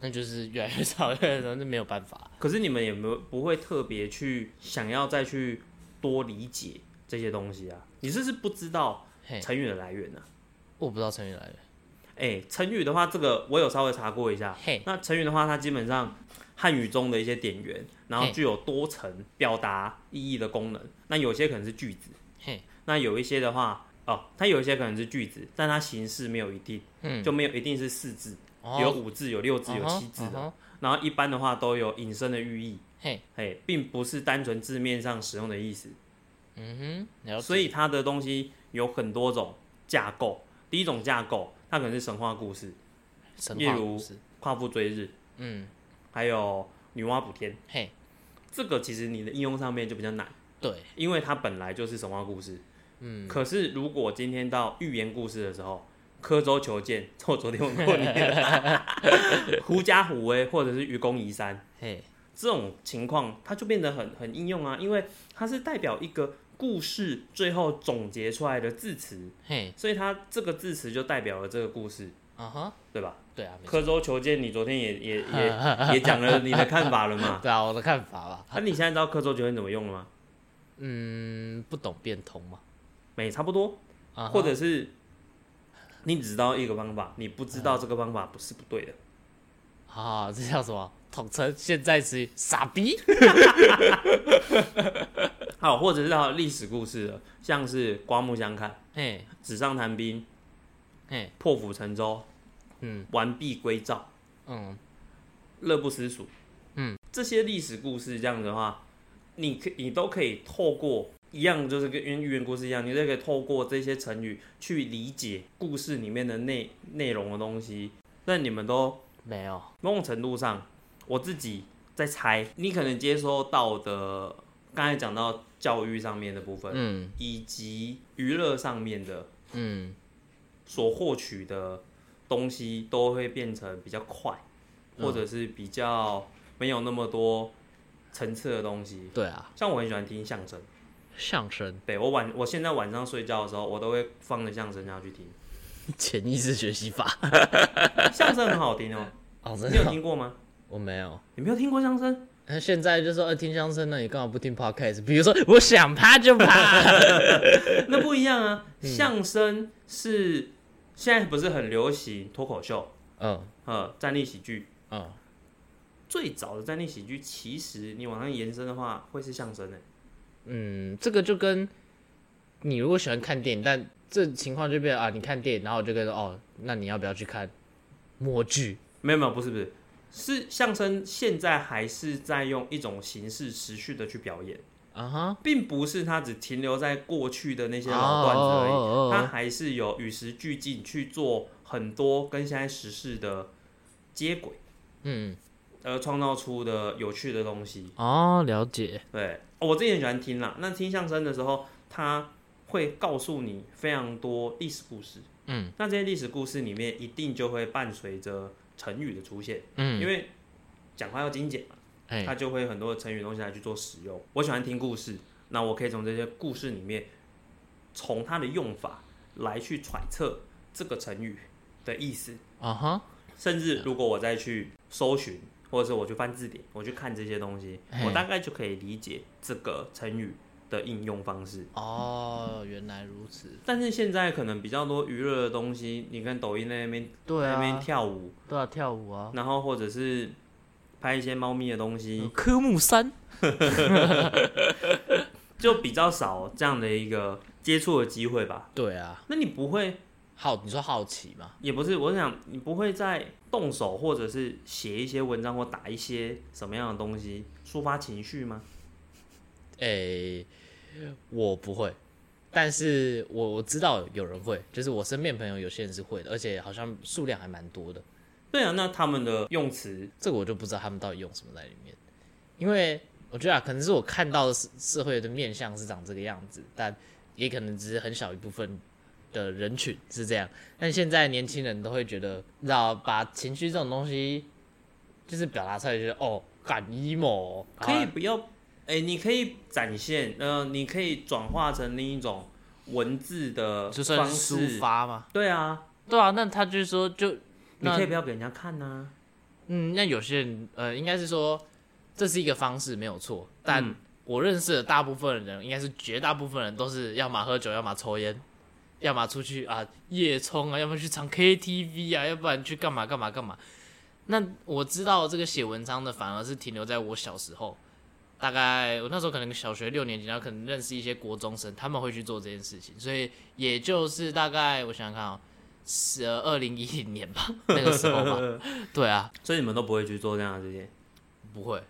那就是越来越少，越来越少，那没有办法。可是你们也没有不会特别去想要再去多理解这些东西啊？你是不是不知道嘿，成语的来源呢、我不知道成语来源，哎、成语的话，这个我有稍微查过一下。嘿那成语的话，它基本上汉语中的一些典源，然后嘿具有多层表达意义的功能。那有些可能是句子，嘿，那有一些的话，哦，它有一些可能是句子，但它形式没有一定，嗯，就没有一定是四字，哦有五字、有六字、嗯有哼七字嗯的。哼然后一般的话都有引申的寓意，嘿，哎，并不是单纯字面上使用的意思。嗯哼，了解所以它的东西有很多种架构。第一种架构，它可能是神话故事、神例话如故事，夸父追日，嗯，还有女娲补天，嘿，这个其实你的应用上面就比较难，对，因为它本来就是神话故事。嗯，可是如果今天到寓言故事的时候，刻舟求剑，这我昨天问过 你了，狐假虎威或者是愚公移山嘿，这种情况，它就变得很很应用啊，因为它是代表一个故事最后总结出来的字词，嘿，所以它这个字词就代表了这个故事，啊哈，对吧？对啊，没错，刻舟求剑，你昨天也也 也也讲了你的看法了嘛？对啊，我的看法吧，那、你现在知道刻舟求剑怎么用了吗？嗯，不懂变通嘛，没，差不多，啊哈，或者是你只知道一个方法，你不知道这个方法不是不对的。啊，这叫什么？统称现在是傻 逼，好，或者是到历史故事的，像是刮目相看、嘿，纸上谈兵、嘿，破釜沉舟、嗯完璧归赵、嗯，乐不思蜀，嗯，这些历史故事这样的话，你可你都可以透过一样，就是跟寓言故事一样，你都可以透过这些成语去理解故事里面的内内容的东西。那你们都没有，某种程度上，我自己在猜，你可能接收到的，刚才讲到教育上面的部分，嗯以及娱乐上面的嗯，所获取的东西，都会变成比较快，或者是比较没有那么多层次的东西。对啊，像我很喜欢听相声，相声对我晚我现在晚上睡觉的时候，我都会放着相声然后去听，潜意识学习法，相声很好听哦，哦，真你有的，听过吗？我没有。你没有听过相声？那现在就说，呃，听相声呢，你干嘛不听 podcast？比如说，我想趴就 趴， 那不一样啊！嗯相声是现在不是很流行脱口秀，嗯呃，站立喜剧。嗯，最早的站立喜剧，其实你往上延伸的话，会是相声的、嗯，这个就跟你如果喜欢看电影，但这情况就变成啊，你看电影，然后我就跟你说哦，那你要不要去看默剧？没有没有，不是不是，是相声现在还是在用一种形式持续的去表演，啊哈，并不是它只停留在过去的那些老段子而已，哦它还是有与时俱进去做很多跟现在时事的接轨，嗯，而创造出的有趣的东西。哦，了解，对，哦我自己很喜欢听啦。那听相声的时候，他会告诉你非常多历史故事。嗯，那这些历史故事里面一定就会伴随着成语的出现，嗯，因为讲话要精简嘛，哎、他就会有很多的成语东西来去做使用。我喜欢听故事，那我可以从这些故事里面，从它的用法来去揣测这个成语的意思，啊哈，甚嗯至如果我再去搜寻，或者是我去翻字典，我去看这些东西嘿，我大概就可以理解这个成语的应用方式。哦，原来如此。但是现在可能比较多娱乐的东西，你看抖音那边、对那边啊，跳舞，对啊，跳舞啊，然后或者是拍一些猫咪的东嗯西，科目三，就比较少这样的一个接触的机会吧。对啊，那你不会，好，你说好奇嘛？也不是，我是想你不会在动手或者是写一些文章或打一些什么样的东西抒发情绪吗？诶、哎我不会，但是我我知道有人会，就是我身边朋友有些人是会的，而且好像数量还蛮多的。对啊，那他们的用词这个我就不知道他们到底用什么在里面，因为我觉得啊，可能是我看到的社社会的面相是长这个样子，但也可能只是很小一部分的人群是这样。但现在年轻人都会觉得，你知道，把情绪这种东西就是表达出来，就是哦，感 emo，哦可以啊不要，哎、你可以展现，呃，你可以转化成另一种文字的就算方是式抒。发嘛。对啊，对啊，那他就是说就你那可以不要给人家看啊呐、嗯，那有些人呃，应该是说这是一个方式没有错，但嗯我认识的大部分人，应该是绝大部分人都是要么喝酒，要么抽烟，要么出去啊夜冲啊，要么去唱 KTV 啊，要不然去干嘛干嘛干嘛。那我知道这个写文章的反而是停留在我小时候，大概我那时候可能小学六年级，然后可能认识一些国中生，他们会去做这件事情，所以也就是大概我想想看啊、哦，是二零一零年吧，那个时候 吧，对啊，所以你们都不会去做这样的事情。不会，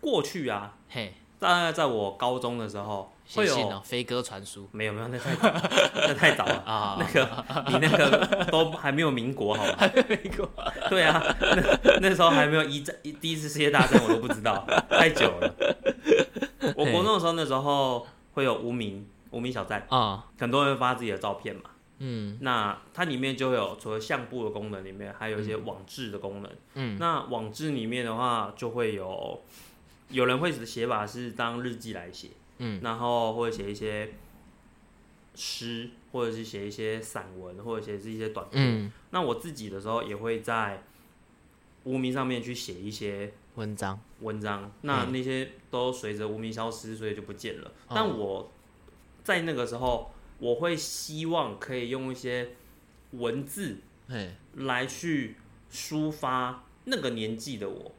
过去啊，嘿，大概在我高中的时候，写会信有、哦，飞鸽传书没有没有，那太早了那太早了。啊，那个你那个都还没有民国好吧？还没有民国。对啊，那那时候还没有一战一第一次世界大战，我都不知道，太久了。我国中的时候，那时候会有无名无名小站，啊，很多人会发自己的照片嘛。嗯那它里面就会有除了相簿的功能，里面还有一些网志的功能。嗯，那网志里面的话，就会有有人会写法是当日记来写，嗯，然后或者写一些诗，或者是写一些散文，或者写是一些短片。嗯，那我自己的时候也会在无名上面去写一些文章文章，那那些都随着无名消失，所以就不见了。哦但我在那个时候，我会希望可以用一些文字嘿，来去抒发那个年纪的我，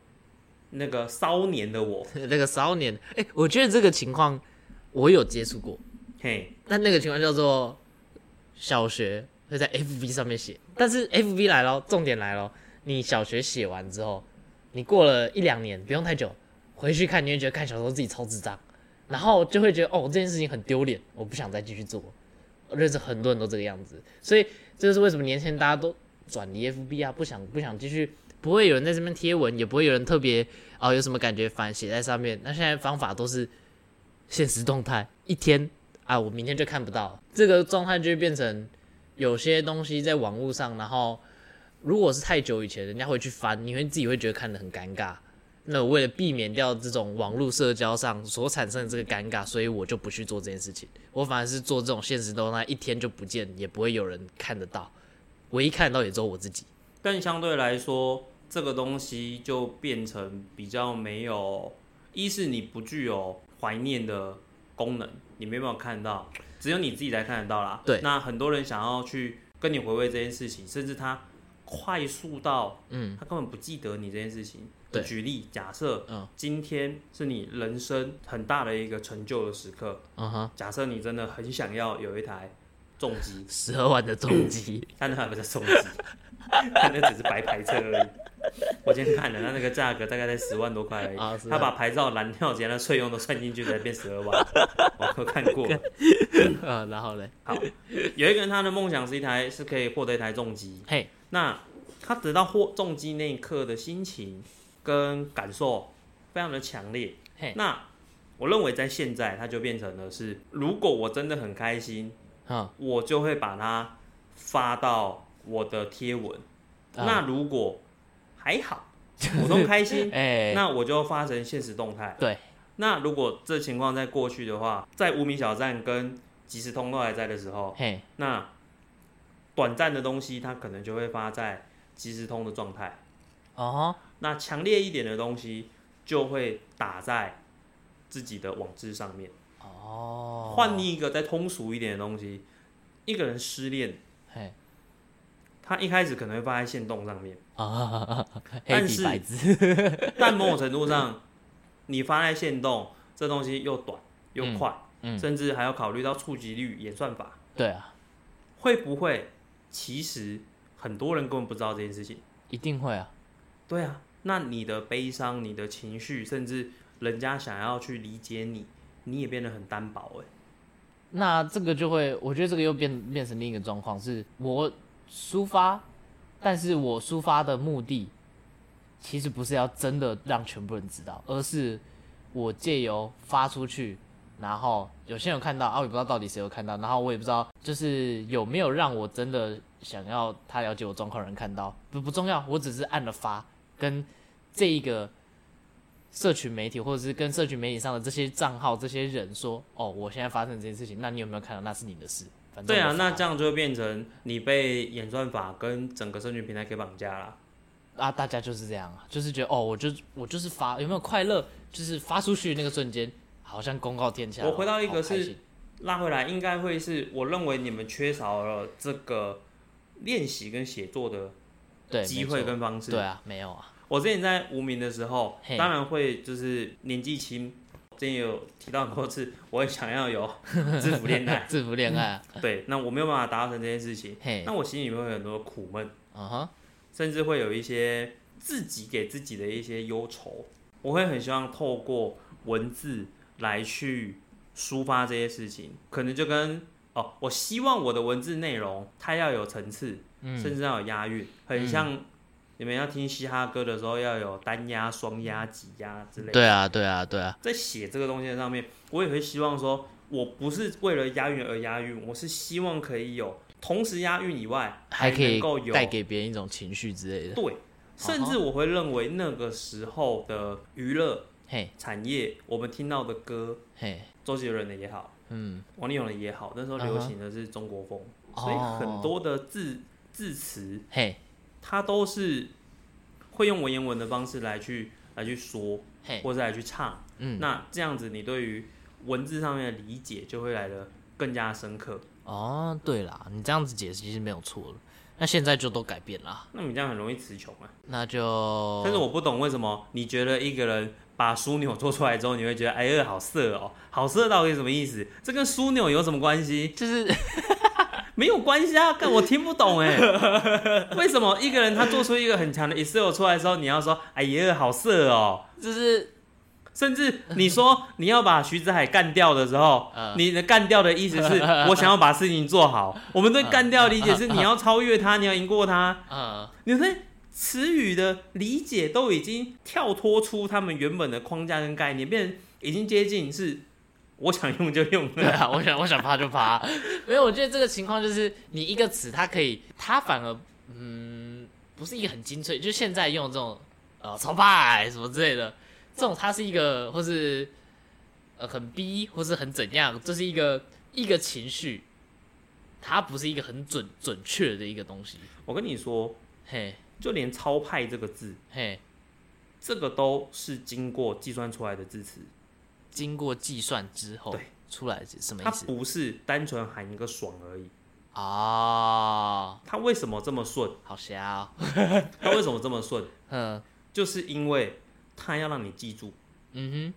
那个骚年的我， 那个少年，哎、我觉得这个情况我有接触过，嘿，但那个情况叫做小学会在 FB 上面写，但是 FB 来了，重点来了，你小学写完之后，你过了一两年，不用太久，回去看，你会觉得看小说自己超智障，然后就会觉得哦，这件事情很丢脸，我不想再继续做。我认识很多人都这个样子，所以这就是为什么年前大家都转离 FB 啊，不想不想继续，不会有人在这边贴文，也不会有人特别哦有什么感觉反写在上面。那现在方法都是现实动态，一天啊，我明天就看不到了这个状态，就会变成有些东西在网络上，然后如果是太久以前，人家会去翻，你会自己会觉得看得很尴尬。那我为了避免掉这种网络社交上所产生的这个尴尬，所以我就不去做这件事情。我反而是做这种现实动态，一天就不见，也不会有人看得到，唯一看得到也只有我自己。但相对来说，这个东西就变成比较没有，一是你不具有怀念的功能，你没办法看到，只有你自己才看得到啦。对那很多人想要去跟你回味这件事情，甚至他快速到，嗯，他根本不记得你这件事情。对举例，假设嗯今天是你人生很大的一个成就的时刻，嗯哼，假设你真的很想要有一台重机，十二万的重 击，但那还不是 手机，那只是白牌车而已。我今天看了，它那个价格大概在十万多块而已。啊是他把牌照、蓝调节、那税用都算进去，才变十二万。我都看过了。呃，然后嘞，有一个人他的梦想是一台是可以获得一台重机，嘿，那他得到获重机那一刻的心情跟感受非常的强烈。嘿，那我认为在现在，它就变成了是，如果我真的很开心，嗯，我就会把它发到我的贴文。啊那如果 还好，我都开心，哎、那我就发成现实动态。对，那如果这情况在过去的话，在无名小站跟即时通都还在的时候，嘿，那短暂的东西它可能就会发在即时通的状态，哦吼，那强烈一点的东西就会打在自己的网志上面。哦，换另一个再通俗一点的东西，一个人失恋，嘿他一开始可能会放在线动上面，啊， 黑但底是白字， 但某种程度上，你发在线动这东西又短又快，嗯嗯甚至还要考虑到触及率、演算法，对啊，会不会其实很多人根本不知道这件事情？一定会啊，对啊，那你的悲伤、你的情绪，甚至人家想要去理解你，你也变得很单薄哎、那这个就会，我觉得这个又变变成另一个状况，是我抒发，但是我抒发的目的其实不是要真的让全部人知道，而是我借由发出去，然后有些人有看到啊，我也不知道到底谁有看到，然后我也不知道就是有没有让我真的想要他了解我状况的人看到，不不重要，我只是按了发，跟这一个社群媒体或者是跟社群媒体上的这些账号、这些人说，哦，我现在发生这件事情，那你有没有看到？那是你的事。反正对啊我，发那这样就会变成你被演算法跟整个社群平台给绑架了。啊，大家就是这样啊，就是觉得哦，我就我就是发有没有快乐，就是发出去那个瞬间，好像公告天下了。我回到一个好开是心拉回来应该会是，我认为你们缺少了这个练习跟写作的对机没会错跟方式。对啊，没有啊，我之前在无名的时候嘿，当然会就是年纪轻，之前有提到很多次， 我也想要有制服恋爱。嗯自服恋爱啊，对，那我没有办法达成这件事情，嘿那，我心里面会有很多苦闷，嗯哼，甚至会有一些自己给自己的一些忧愁。我会很希望透过文字来去抒发这些事情，可能就跟哦，我希望我的文字内容它要有层次，嗯，甚至要有押韵，很像你们要听嘻哈歌的时候要有单押、双押、几押之类的。对啊，对啊，对啊，在写这个东西上面，我也会希望说，我不是为了押韵而押韵，我是希望可以有同时押韵以外，还可能以够有带给别人一种情绪之类的，对，甚至我会认为那个时候的娱乐嘿，产业，我们听到的歌，嘿，周杰伦的也好，嗯，王力宏的也好，那时候流行的是中国风，所以哦很多的字字词，嘿，它都是会用文言文的方式来去来去说，嘿，或者来去唱。嗯，那这样子，你对于文字上面的理解就会来的更加深刻。哦，对啦，你这样子解释其实没有错了。那现在就都改变啦，那你这样很容易词穷啊。那就但是我不懂为什么你觉得一个人把枢纽做出来之后，你会觉得哎呀好色哦，好色到底是什么意思？这跟枢纽有什么关系？就是 没有关系啊，干我听不懂哎。为什么一个人他做出一个很强的 Excel 出来之后，你要说哎呀好色哦？就是甚至你说你要把徐子海干掉的时候，嗯你的干掉的意思 是我想要把事情做好。我们对干掉的理解是嗯你要超越他，你要赢过他。呃，你对词语的理解都已经跳脱出他们原本的框架跟概念，变成已经接近是我想用就用对了。 啊，我想我想趴就趴， 没有，我觉得这个情况就是你一个词，它可以，它反而嗯，不是一个很精粹，就现在用这种呃超派什么之类的，这种它是一个或是呃很逼或是很怎样，这是一个一个情绪，它不是一个很准准确的一个东西，我跟你说，嘿就连“超派”这个字，嘿，这个都是经过计算出来的字词，经过计算之后对出来是什么它意思不是单纯喊一个爽而已。啊？它为什么这么顺？好瞎哦，它为什么这么顺？ 嗯就是因为它要让你记住，嗯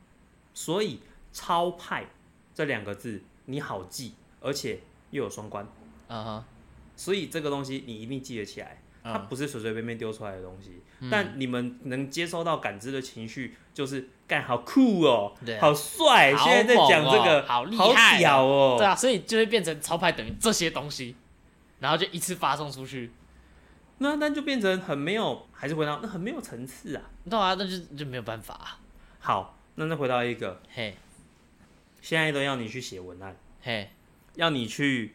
所以“超派”这两个字你好记，而且又有双关，哼嗯哼。所以这个东西你一定记得起来。嗯它不是随随便便丢出来的东西，但你们能接收到感知的情绪，就是干好酷哦，对啊好帅！好现在在讲这猛哦个，好厉害哦屌哦，对啊，所以就会变成超派等于这些东西，然后就一次发送出去。那那就变成很没有，还是回到那很没有层次啊。对啊，那就就没有办法、啊。好，那再回到一个，嘿，现在都要你去写文案，嘿，要你去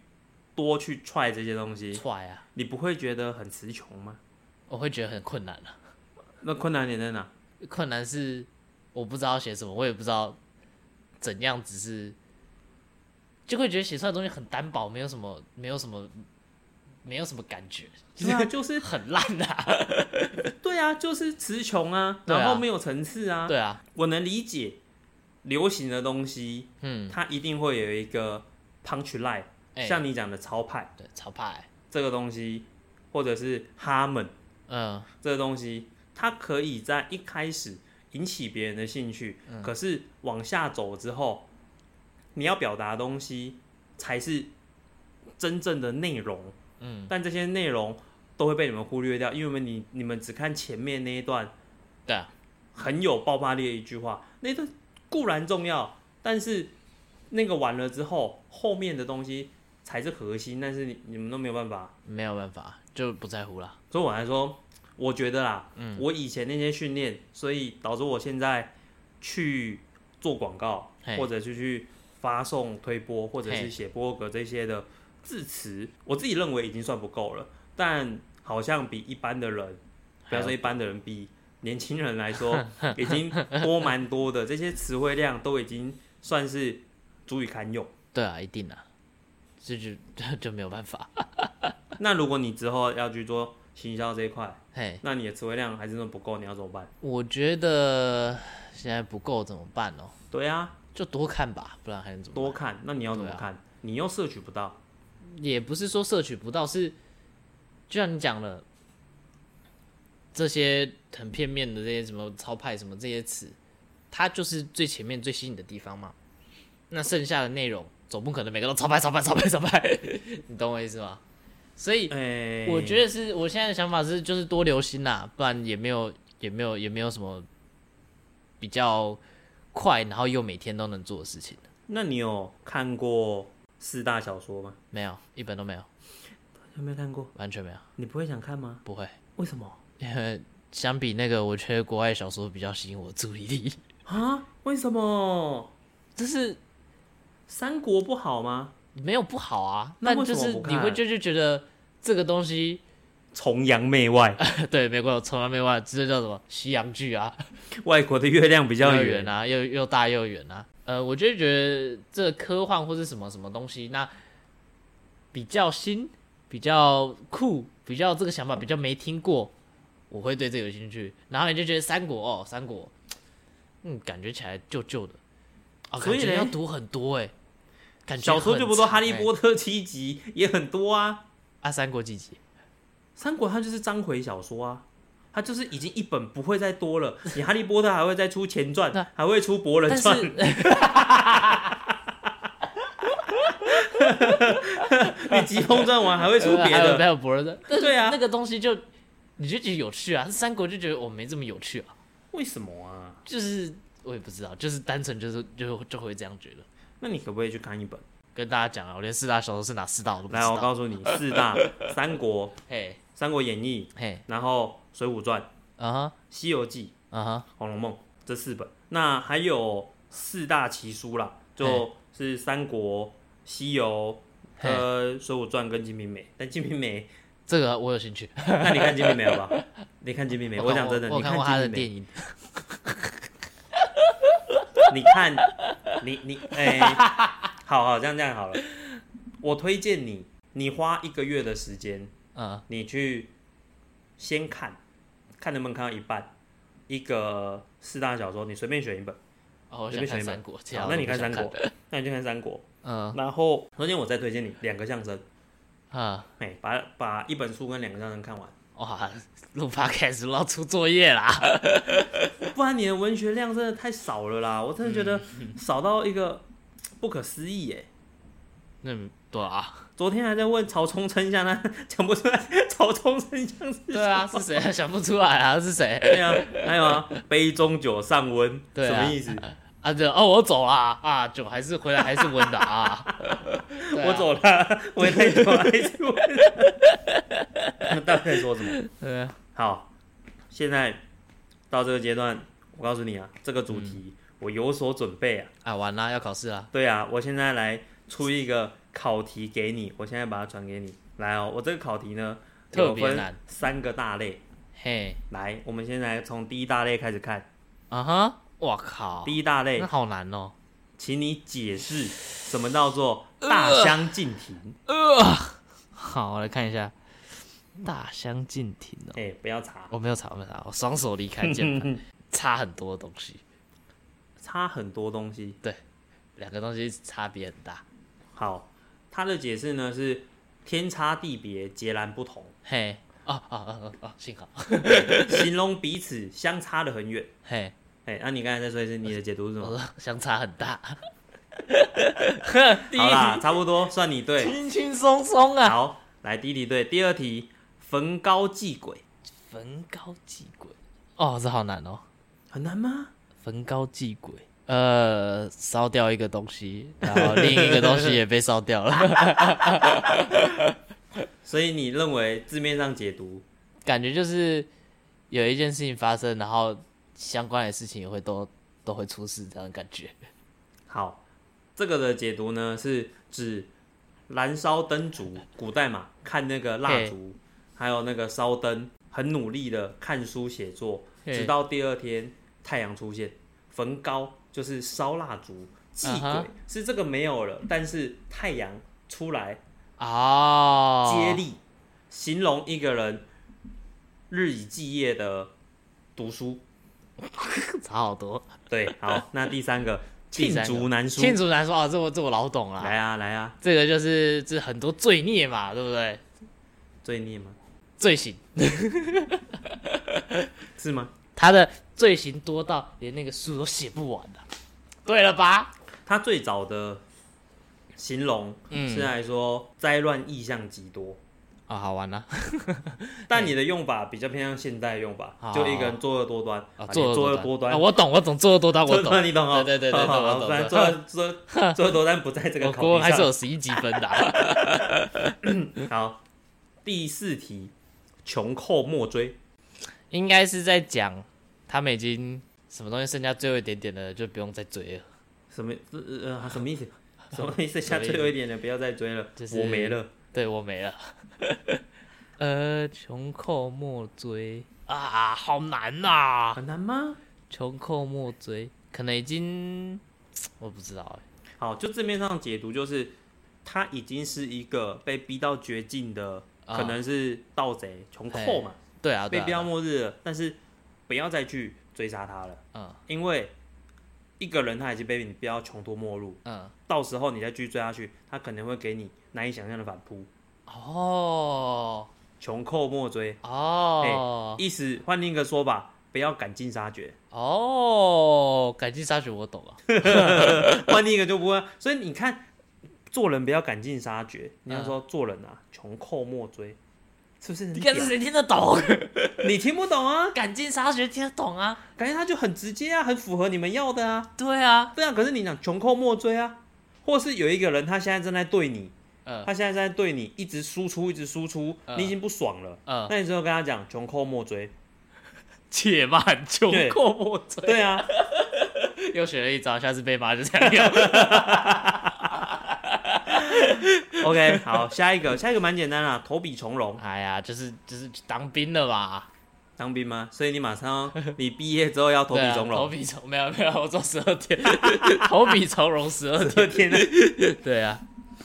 多去踹这些东西，踹啊，你不会觉得很词穷吗？我会觉得很困难啊。那困难点在哪？困难是我不知道写什么，我也不知道怎样，只是就会觉得写出来的东西很单薄，没有什么，没有什么，没有什么感觉，对啊， 就是很烂 啊。对啊，就是词穷啊，对啊然后没有层次啊。对啊，我能理解流行的东西，嗯，它一定会有一个 punch line，、哎像你讲的潮派对潮派，这个东西，或者是哈们嗯，这个东西，它可以在一开始引起别人的兴趣，嗯可是往下走之后，你要表达的东西才是真正的内容。嗯，但这些内容都会被你们忽略掉，因为你你们只看前面那一段对啊，很有爆发力的一句话，那段固然重要，但是那个完了之后，后面的东西才是核心，但是你你们都没有办法。没有办法，就不在乎啦。所以我来说，我觉得啦，嗯我以前那些训练，所以导致我现在去做广告，嘿或者是去发送推播，或者嘿是写博格这些的字词，我自己认为已经算不够了，但好像比一般的人，不要说一般的人，比年轻人来 说已经多蛮多的，这些词汇量都已经算是足以堪用。对啊，一定啊，这就 就没有办法。那如果你之后要去做行销这一块，嘿，那你的词汇量还是那么不够，你要怎么办？我觉得现在不够怎么办哦？对啊，就多看吧，不然还能怎么办？多看，那你要怎么对啊看？你又摄取不到，也不是说摄取不到，是就像你讲了，这些很片面的这些什么超派什么这些词，它就是最前面最吸引的地方嘛。那剩下的内容总不可能每个都超派超派超派超派， 你懂我意思吗？所以哎、我觉得是我现在的想法是，就是多留心啦，不然也没有也没有也没有什么比较快，然后又每天都能做的事情。那你有看过四大小说吗？没有，一本都没有，有没有看过？完全没有，你不会想看吗？不会。为什么因为相比那个，我觉得国外小说比较吸引我注意力。 啊？为什么就是三国不好吗？没有不好啊，那那为什就么是不看你会就就觉得这个东西， 崇洋媚外，对美国有从来没忘，这叫什么西洋剧啊，外国的月亮比较又圆啊。啊，又又大又远啊。呃，我就觉得这科幻或是什么什么东西，那比较新、比较酷、比较这个想法比较没听过，我会对这有兴趣。然后你就觉得三国哦，三国，嗯，感觉起来旧旧的，哦，所以感觉嘞要读很多哎、感觉小说很就不多，《长哈利欸波特》七集也很多啊。啊，三国几集？三国它就是章回小说啊，它就是已经一本不会再 多了。你《哈利波特》还会再出前传那，还会出博人但传，是你 《疾风传》完还 会出呃别还有还的。有博人的，但是对啊那个东西就你就觉得有趣啊，三国就觉得我没这么有趣啊。为什么啊？就是我也不知道，就是单纯就是就就会这样觉得。那你可不可以去看一本？跟大家讲啊，我连四大小说是哪四大我都不知来，我道。告诉你，四大： 《三国》《嘿，三国演义嘿》，，然后《水浒传》《啊哈，西游记》啊哈， 《红楼梦》这四本。那还有四大奇书啦，就是《三国》《西游》嘿呃《水浒传》跟《金瓶梅》。但《金瓶梅这个我有兴趣。》，那你看《金瓶梅》好不好？ 你看《金瓶梅》，看讲真的，我你看看过他的《电金瓶梅》，影，你看，你你哎，好好这样这样好了。我推荐你，你花一个月的时间，嗯，你去先看，看能不能看到一半，一个四大小说，你随便选一本，哦，我随想便看选一本三国，其他好，我那都你不看想三国，那你就看三国。嗯然后，昨天我再推荐你两个相声，啊，哎，把把一本书跟两个相声看完，哇，录 podcast 录到出作业啦。不然你的文学量真的太少了啦，我真的觉得嗯少到一个不可思议耶。那对啊，昨天还在问曹冲称象，他讲不出来曹冲称象是 对啊，是谁啊 想不出来啊？是谁对啊，还有啊，杯中酒上温，对什啊么意思？啊？对哦，我走啦啊，酒还是回来还是温的啊。 对啊我，走了， 回来就还是我。那大概说什么？对啊，好，现在到这个阶段，我告诉你啊，这个主嗯题我有所准备啊。啊完啦，要考试啦。对啊，我现在来出一个考题给你，我现在把它传给你。来哦，我这个考题呢，特有别分难三个大类。嘿，来，我们先来从第一大类开始看。啊哈，我靠，第一大类那，好难哦。请你解释什么叫做大呃相径庭。好，我来看一下大相径庭哦。哎、不要查，啊 我没有查，我没有查，我双手离开键盘，差很多东西。差很多东西。两个东西差别很大。好，他的解释呢是天差地别，截然不同，嘿，哦哦哦哦哦，幸好，形容彼此相差的很远。嘿，哎，那、你刚才再说一次你的解读是什我么？说相差很大。第一好啦，题差不多算你对。轻轻松松啊，好，来第一题对，第二题逢高祭鬼，焚高祭鬼，哦，这好难哦，很难吗？焚高祭鬼。呃，烧掉一个东西，然后另一个东西也被烧掉了， 所以你认为字面上解读感觉就是有一件事情发生，然后相关的事情也会都都会出事，这样的感觉。好，这个的解读呢是指燃烧灯烛，古代嘛，看那个蜡烛，还有那个烧灯，很努力的看书写作，嘿直到第二天太阳出现，焚高就是烧蜡烛，祭鬼、啊哈是这个没有了，但是太阳出来哦，接力，形容一个人日以继夜的读书。差好 多。对，好，那第三个 第罄三个竹难书，罄竹难书啊，这我这我老懂了。来啊来啊，这个就是这很多罪孽嘛，对不对？罪孽吗？罪行，是吗？他的罪行多到连那个书都写不完的、对了吧？他最早的形容嗯是来说灾乱意象极多，啊、好玩了、但你的用法比较偏向现代用法，哦就一个人作恶多端啊，你作恶作恶端多端啊，。我懂，我懂，作恶多端， 我作恶懂多，端你懂哦，对对对对好好我懂好反正我作 作作恶多端不在这个我考国文还是题有十一积分的啊、 上。好，第四题，穷寇莫追，应该是在讲他们已经什么东西剩下最后一点点了，就不用再追了。什么呃呃什 么意思？什么意思？下最后一点了，不要再追了就，是我没了。对我没了， 呃，穷寇莫追啊，好难啊呐、很难吗？穷寇莫追，可能已经我不知道哎、好，就字面上解读就是，他已经是一个被逼到绝境的，啊可能是盗贼、穷寇嘛，对啊，对被啊逼到末日了。但是不要再去追杀他了，嗯因为一个人他已经被你逼到穷途末路，嗯，到时候你再继续追下去，他可能会给你难以想象的反扑。哦穷寇莫追，哦意思换另一个说法，不要赶尽杀绝。 哦，赶尽杀绝我懂了，换另一个就不会。所以你看，做人不要赶尽杀绝。你要说做人啊，穷寇莫追，是不是很你屌？看这谁听得懂？ 你听不懂啊？赶尽杀绝听得懂啊？感觉他就很直接啊，很符合你们要的啊。对啊，对啊，可是你讲穷寇莫追啊，或是有一个人他现在正在对你，嗯他现在正在对你一直输出，一直输出，嗯你已经不爽了，嗯，那你就跟他讲穷寇莫追。且慢，穷对寇莫追，对啊， 又学了一招，下次被骂就这样 用。 OK，好，下一个，下一个蛮简单啦，投笔从戎，哎呀，就是就是去当兵了嘛，当兵吗？所以你马上你毕业之后要投对笔啊从投戎， 笔从没有没有，我做十二天， 投笔从戎十二天，这天啊，对啊，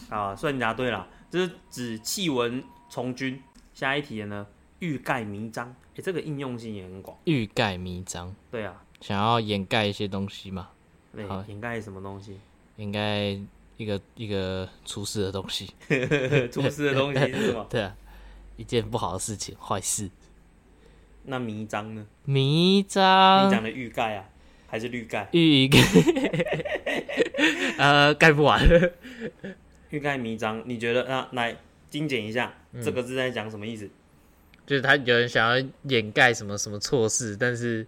啊，算你答对了，这是指弃文从军。下一题呢，欲盖弥彰，哎、这个应用性也很广。欲盖弥彰，对啊，想要掩盖一些东西嘛。对好，掩盖什么 东西？应该一个一个出事的东西。出事的东西是什 么？对啊，一件不好的事情，坏事。那弥彰呢？迷你讲章的欲盖啊，还是绿盖？欲盖，呃，盖不完。欲盖弥彰，你觉得啊？来精简一下，嗯这个字在讲什么意思？就是他有人想要掩盖什么什么错事，但是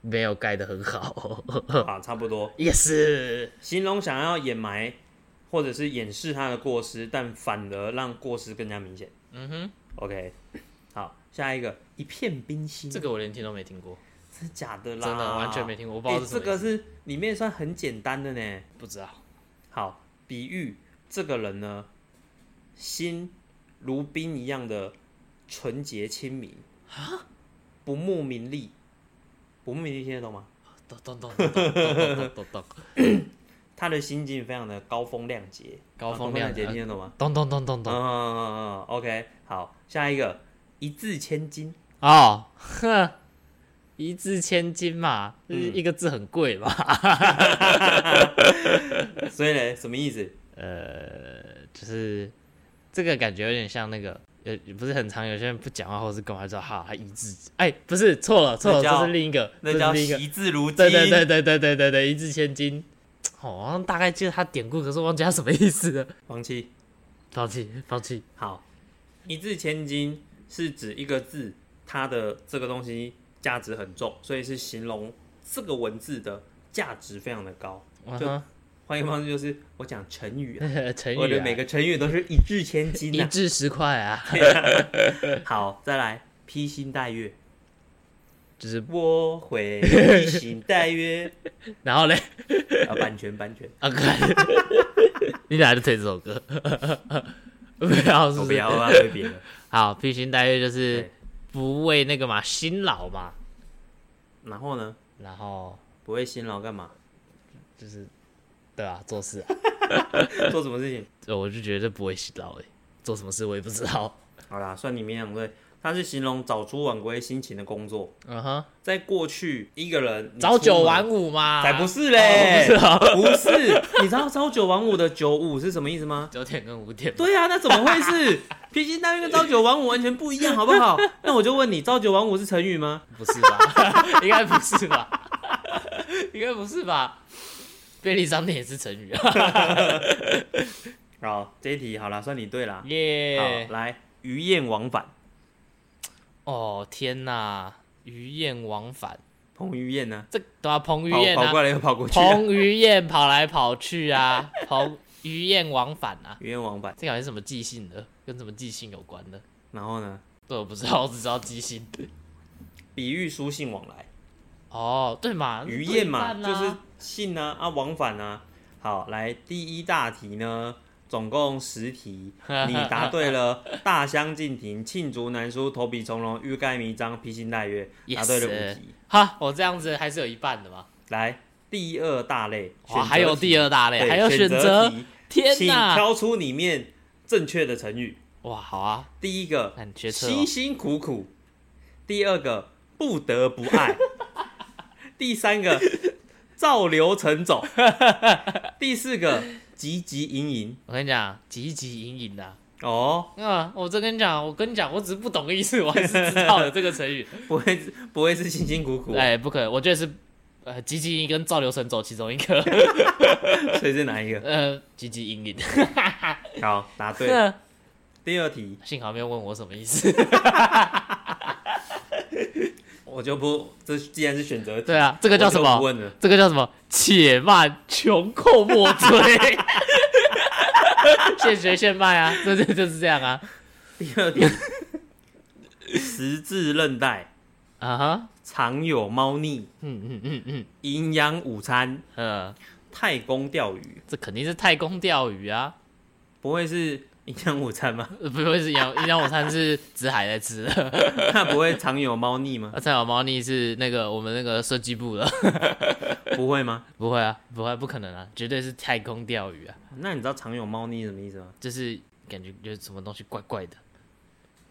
没有盖得很好。啊，差不多，也是，形容想要掩埋或者是掩饰他的过失，但反而让过失更加明显。嗯哼， OK，好，下一个一片冰心，啊这个我连听都没听过，真的假的真啦？的完全没听过，我不知哎、道是什这么。个是里面算很简单的呢。不知道。好，比喻这个人呢，心如冰一样的纯洁清明啊，不慕名利，不慕名利，听得懂吗？咚咚咚咚咚咚咚咚咚他的心境非常的高风亮节，高啊风亮亮节，节听得懂吗？咚咚咚咚嗯咚。嗯嗯嗯，OK，好，下一个一字千金，哦，哼，一字千金嘛，嗯就是一个字很贵 嘛。所以嘞，什么意思？呃，就是这个感觉有点像那个，呃，不是很常有些人不讲话或是干嘛就哈他一字，哎，不是错了错了，那叫这是另一个，这那是叫另一个，惜字如金。对对对对对对对对，一字千金。哦我好像大概记得他典故，可是忘记他什么意思了。放弃。放弃，放弃。好，一字千金是指一个字，它的这个东西价值很重，所以是形容这个文字的价值非常的高。嗯就哼换一个方式就是，我讲成语、啊， 成语、啊，我的每个成语都是一字千金、一啊。至十块啊，好，再来披星戴月，就是我会披星戴月。然后嘞，啊，版权版权，啊，快你哪来的推这首歌？不要，是我不不是？要，我要推别的。好，披星戴月就是对不为那个嘛辛劳嘛， 然后呢，然后不会辛劳干嘛？就是对啊，做事啊，做什么事情？对哦我就觉得不会辛劳哎、做什么事我也不知道。好啦，算你勉强对。它是形容早出晚归辛勤的工作。嗯哼，在过去，一个人你早九出门晚五嘛，才不是嘞，哦不是啊，不是，你知道朝九晚五的九五是什么意思吗？九点跟五点嘛，对啊，那怎么 会是？披星戴月跟朝九晚五完全不一样，好不好？那我就问你，朝九晚五是成语吗？不是 吧？应该不是吧？应该不是吧？便利商店也是成语啊，好，这一题好啦，算你对啦。耶好，！来，鱼雁往返，哦天哪，鱼雁往返，彭于晏呢？这对啊，彭于跑晏跑啊过，来又跑过去啊，彭于晏跑来跑去啊， 彭于晏往返啊，鱼雁往返。这好像是什么即兴的，跟什么即兴有关的？然后呢，对，我不知道，我只知道即兴。比喻书信往来，哦，对嘛，鱼雁嘛，对就半啊是信啊啊往返啊。好，来第一大题呢，总共 十题，你答对了“大相径庭”、“罄竹难书”、“投笔从戎”、“欲盖弥彰”、“披星戴月”，答对了 Yes 五题。哈，我这样子还是有一半的 嘛。来第二大类，选哇，择哦还有题第二大类，对还有选择，题，天请哪！挑出里面正确的成语。哇，好啊，第一个那你决策哦辛辛苦苦，第二个不得不 爱，第三个照流程走， 第四个汲汲营营。我跟你讲，汲汲营营的啊。哦，啊，我这跟你讲，我跟你讲，我只是不懂意思，我还是知道的这个成 语。不会是不会是辛辛苦苦，哎，不可能，我觉得是呃，汲汲营营跟赵留神走其中一个，所以是哪一个？呃，汲汲营营。好，答 对。第二题幸好没有问我什么意思。我就不，这既然是选择题，对啊，这个叫什我就不么？问了，这个叫什么？且慢，穷寇莫追。现学现卖啊，这这就是这样啊。第二题， 十字韧带啊哈，常有猫腻，嗯嗯嗯嗯，营养午餐，呃，太公钓鱼，这肯定是太空钓鱼啊，不会是营养午餐吗？呃不会是养营养午餐是子海在吃的， 那不会常有猫腻吗？啊，菜鸟猫腻是那个我们那个设计部的， 不会吗？不会啊，不会，不可能啊，绝对是太空钓鱼啊，那你知道常有猫腻是什么意思吗？就是感觉有什么东西怪怪的，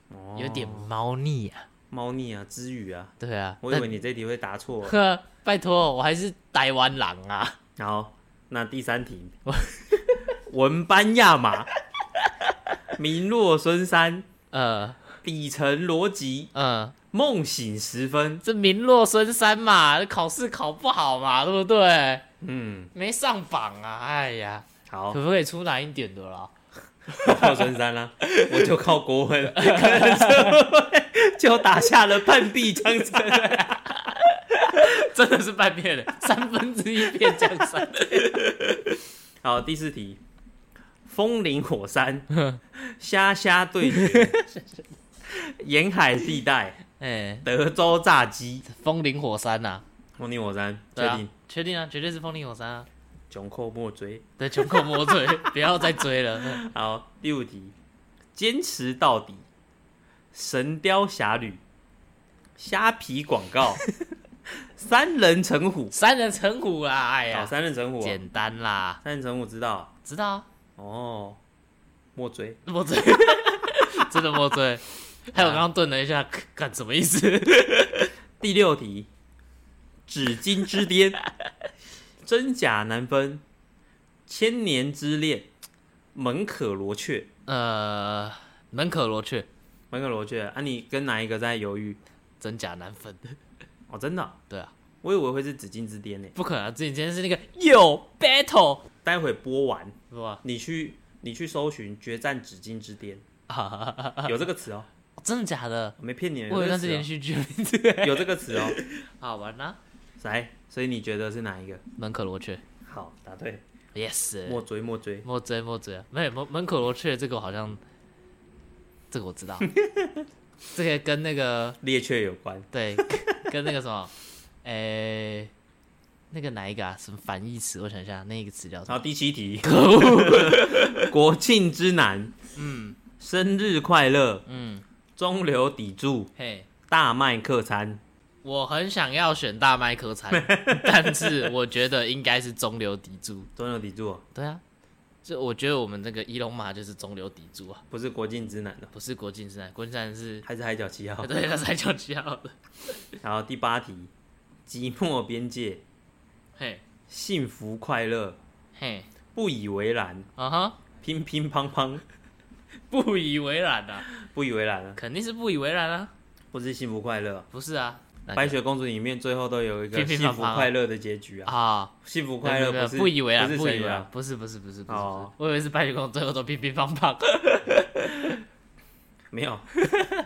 哦有点猫腻啊，猫腻啊，之语啊。对啊，我以为你这题会答错。啊呵，拜托，我还是台湾狼啊。 好，那第三题，文班亚马，名落孙山，呃底层逻辑，呃，梦醒时分。这名落孙山嘛，考试考不好嘛，对不对？嗯，没上榜啊，哎呀，好可，不可以出难一点的啦？ 靠孙山啦、我就靠国文， 可能社会就打下了半壁江山。真的是半片的， 三分之一片江山。好，第四题，风林火 山，虾虾对决， 沿海地带， 哎，德州炸鸡，风林火山呐、风林火山，对确啊定，，确定啊，绝对是风林火山啊。穷寇莫追。对， 穷寇莫追，不要再追了。好，第五题，坚持到底，神雕侠侣，虾皮广 告，三人成虎，三人成虎啦，哎好，呀，三人成虎啊，简单啦，三人成虎知道啊知道啊，哦，莫追，莫追，真的莫追。还有刚刚顿了一下，看什么意思？第六题，纸巾之 巅，真假难分，千年之恋，门可罗雀，呃，门可罗雀，门可罗雀啊！你跟哪一个在犹豫？真假难分。哦，真的哦、对啊，我以为会是纸巾之巅呢。不可能、啊，之前是那个有 battle，待会播完，是吧？你去你去搜寻“决战纸巾之 巅”，有这个词哦，真的假的？我没骗你，我以为那是有这连个词续剧名字。哦 有这个词哦。好玩啊，来，所以你觉得是哪一个？门可罗雀好，答对， ，yes，莫追莫追。莫追莫追，没有门门可罗雀这个我好像，这个我知道，这个跟那个猎雀有关，对，跟那个什么，诶、那个哪一个啊？什么反义词？我想一下，那一个词叫什么？然后第七题， 国庆之南，嗯生日快乐，嗯，中流砥柱，嘿，大麦客餐，我很想要选大麦克餐， 但是我觉得应该是中流砥柱。中流砥柱哦对啊，这我觉得我们这个伊隆马就是中流砥柱啊，不是国庆之南的，不是国境之南，国境之南是。还是海角七号对，他才叫七号的。然后第八题，寂寞边界，嘿，幸福快乐，嘿，不以为然，啊哈，乒乒乓乓，不以为然啊，不以为然啊，肯定是不以为然啊，不是幸福快乐。不是啊？那个白雪公主里面最后都有一个乒乒乓乓幸福快乐的结局啊，啊，幸福快乐没有没有不是不以为然，不是不以谁为然啊，，不是不是不是不是不是哦，我以为是白雪公主最后都乒乒乓乓。没有。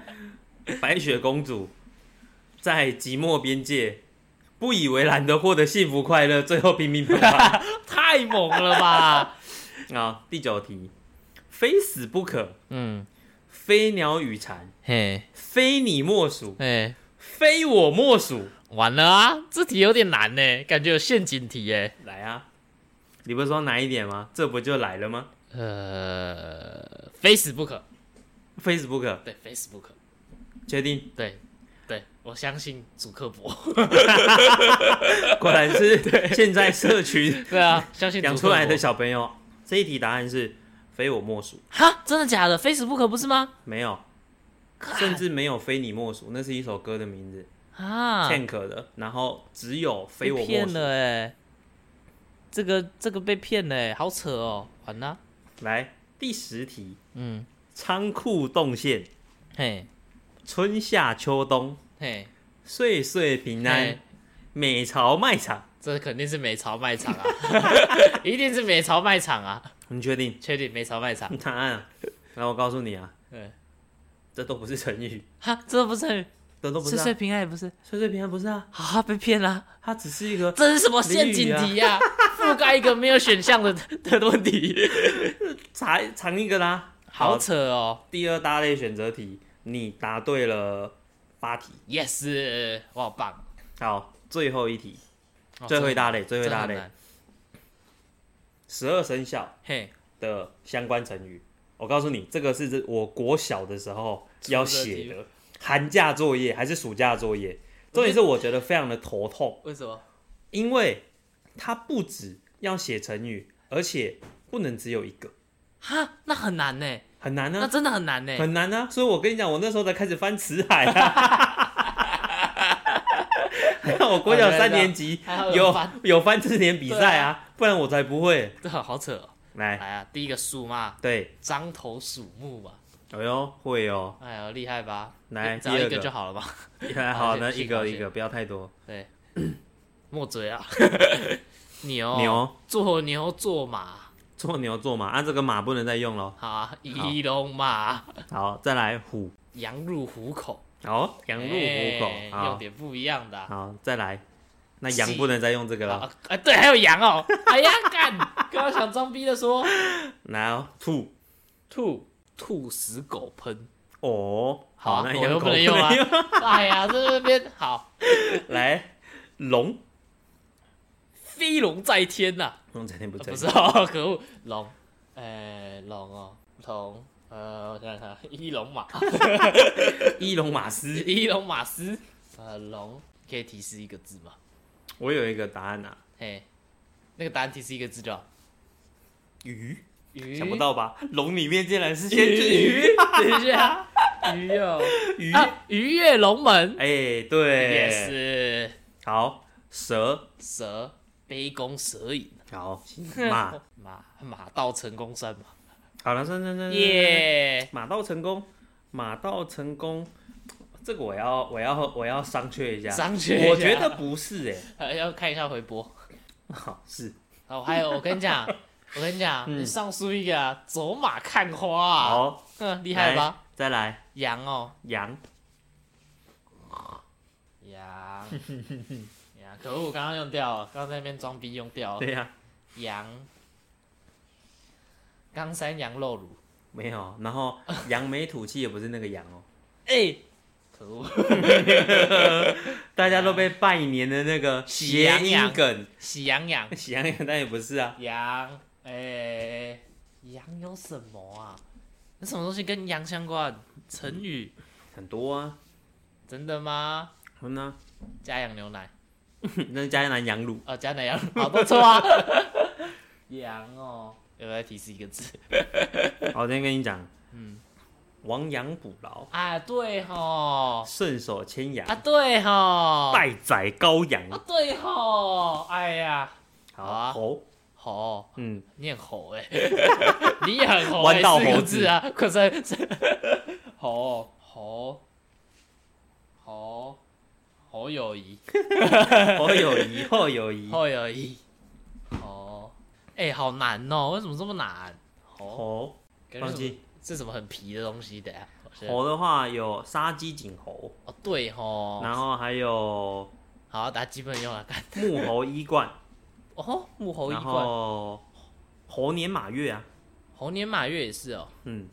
白雪公主在寂寞边界不以为然的获得幸福快乐，最后乒乒乓乓。 太猛了吧？啊，第九题，非死不可，嗯，非鸟与蝉，嘿，非你莫属，哎，非我莫属。完了啊！这题有点难呢，感觉有陷阱题耶。来啊，你不是说难一点吗？这不就来了吗？呃，非死不可，非死不可，对，非死不可，确定？对，对，我相信主克 伯，果然 是现在社 群对啊，相信祖养克出伯来的小朋友。这一题答案是非我莫属，哈，真的假的？非死不可不是吗？没有，甚至没有非你莫属，那是一首歌的名字啊， ，Tank 的。然后只有非被我莫骗了属。哎，这个这个被骗了哎，好扯哦，完了，来，第十题，嗯，仓库动线，嘿，春夏秋冬。嘿。岁岁平安嘿，美朝卖场，这肯定是美朝卖场啊， 一定是美朝卖场啊，你确定？确定美朝卖场？答案、啊，来我告诉你啊，对，这都不是成语，哈，这不是这都不是、岁啊。岁平安也不是，岁岁平安不是啊，啊，被骗了、它只是一个， 这是什么陷阱题呀、覆盖一个没有选项的的问 题，查藏一个啦。好扯哦。第二大类选择题，你答对了八题。 Yes，我好棒。好，最后一题，哦最后一大类，最后一这大很类难，，十二生肖嘿，的相关成语。我告诉你，这个是我国小的时候要写的，寒假作业还是暑假作业？重点是我觉得非常的头痛。为什么？因为它不止要写成语，而且不能只有一个，哈，那很难呢，很难那呢、真的很难呢。很难呢、所以我跟你讲，我那时候才开始翻辞海啊。 我国小三年级还好有有翻有翻字典比赛啊，不然我才不会。这 好好扯哦。来，来啊，第一个树嘛，对，獐头鼠目嘛，哎呦，会哦，哎呦，厉害吧？来只要一第个二个就好了吧？还好好呢，谢谢一个谢谢一个，不要太多。对， 莫追啊！ 牛牛做牛做马，做牛做马，按、啊这个马不能再用了。好啊，一龙马，好，再来虎，羊入虎口，好，羊入虎哎口，有好，点不一样的啊。好，再来，那鸡羊不能再用这个了。啊，哎对，还有羊 哦！哎呀，干，刚刚想装逼的说，来哦，兔吐吐死狗喷，哦，好啊那狗养又狗不能用啊。哎呀，这边好， 来，龙，飞龙在天呐、龙才天不啊成不是 哦，可恶，龙，哎，龙哦，龙，呃，我想想看，一龙 马，伊隆马斯。一龙马斯，呃，龙，可以提示一个字吗？我有一个答案啊，嘿，那个答案提示一个字就好。鱼，鱼，想不到吧？龙里面竟然是先是鱼，啊等一下，鱼哦，鱼，啊，鱼跃龙门，哎，也对，是好，蛇，蛇杯弓蛇影，好，马， 马马到成功山嘛，好了，算算算，算，耶！马到成功，马到成功，这个我要我要我要商榷一下，商榷一下我觉得不是哎、还要看一下回播。好 是哦，还有我跟你讲， 我跟你讲，嗯你上书一个啊，走马看花啊，好，嗯，厉害吧？来？再哦来羊哦，羊， 羊，羊，可恶，我刚刚用掉了，刚刚在那边装逼用掉了。对呀、啊羊，冈山羊肉乳，没有，然后扬眉吐气也不是那个扬 哦，哎，可恶， 大家都被拜年的那个喜谐羊音羊梗，喜羊羊，喜羊羊，但也不是啊，羊，哎，羊有什么啊？有什么东西跟羊相关？成语？很多啊，真的吗？嗯呐、啊， 加羊牛奶，那是加南 羊乳，哦，加奶羊，好不错啊。 羊哦，有没有提示一个字？好，我先跟你讲，嗯，亡羊补牢， 啊，对吼，顺手牵羊啊，，对吼，待宰羔羊啊，，对吼，哎呀，好啊猴，吼， 嗯，你很吼哎、你也很吼、欸，弯道四个猴子字啊，可是是 吼吼吼吼友谊，侯友谊，侯友谊，吼友谊，吼，哎、好难哦，为什么这么难？吼，猴，感觉什么放弃是什么很皮的东西？等一下，我先猴的话有杀鸡儆猴，哦，对吼，然后还有好，大家基本用来看，木猴一冠，哦，木 猴一然贯，后猴年马月啊，猴年马月也是哦，嗯，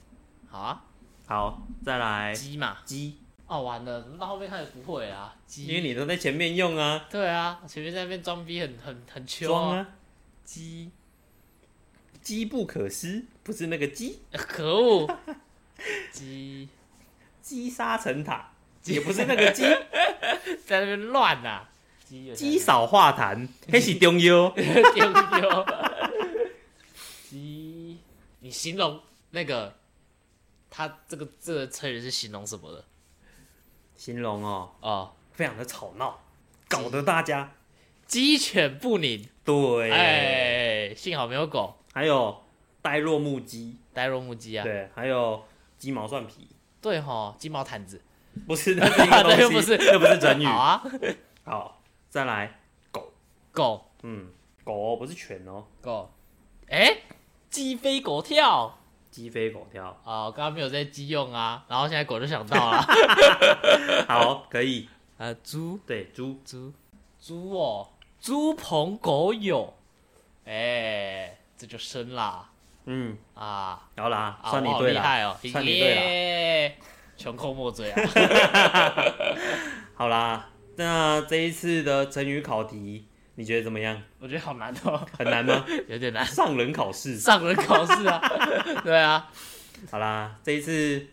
好啊，好，再来鸡嘛，鸡。哦，完了，到后面开始不会啊，鸡，因为你都在前面用啊，对啊，前面在那边装逼很很很秋装啊，鸡，机不可失，不是那个鸡，可恶， 鸡积沙成塔，也不是 那个鸡，在那边乱啊，鸡有积少 化痰，黑是中药，丢丢，鸡，你形容那个他这个这个成语是形容什么的？形容哦，哦，非常的吵闹，搞得大家鸡犬不宁，对，哎，幸好没有狗，还有呆若木鸡，呆若木鸡啊，对，还有鸡毛蒜皮，对吼，鸡毛毯子，不是那 是一个东啊西，那又不是那不是成语好。啊，好，再来，狗。嗯，狗哦不是犬哦，狗，哎、鸡飞狗跳鸡飞狗跳，啊！我刚刚没有在鸡用啊，然后现在狗就想到了 好，可以，啊，猪对，猪猪猪哦，猪朋狗友，哎、这就生啦嗯，啊！好啦，啊算你我好对厉了，害哦，算你对了。耶，穷寇莫追啊！ 好啦，那这一次的成语考题，你觉得怎么样？我觉得好难哦，很难 吗？有点难，上人考试。上人考试啊， 对啊，好啦，这一次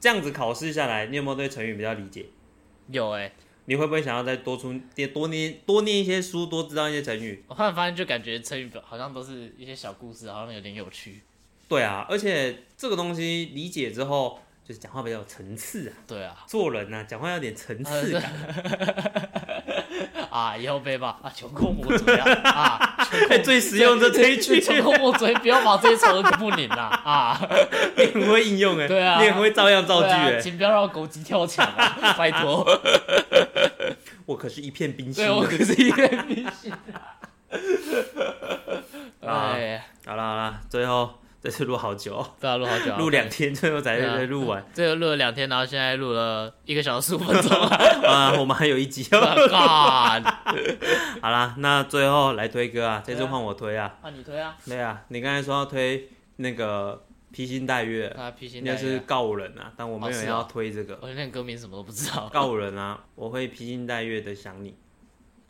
这样子考试下来，你有没有对成语比较理解？有哎、你会不会想要再多出多念多念一些书，多知道一些成语？我突然发现就感觉成语好像都是一些小故事，好像有点有趣，对啊，而且这个东西理解之后，就是讲话比较有层次啊，对啊。做人啊，讲话要有点层次感。 啊，以后背吧啊，穷寇莫追啊 啊，穷寇最实哎 用这这一句，穷寇莫追，不要把这些仇人不拧啦啊！你很会应用哎、 对啊你很会照样造句对哎、啊，请不要让狗急跳墙 啊，拜托。我可是一片冰心对。我可是一个迷信。 啊哎， 好啦好啦，最后这次录好久哦、不要录好久啊，录两天，最后才对啊才录完。 这个录了两天，然后现在录了一个小时五分钟 啊啊，我们还有 一集哦。 ！God，好啦，那最后来推歌啊，这次对啊换我推啊。啊，你推啊，对啊，你刚才说要推那个披星戴月，啊，披星应该戴是月，告五人啊，但我没哦有是哦要推这个我连歌名什么都不知道， 告五人啊，我会披星戴月的想你，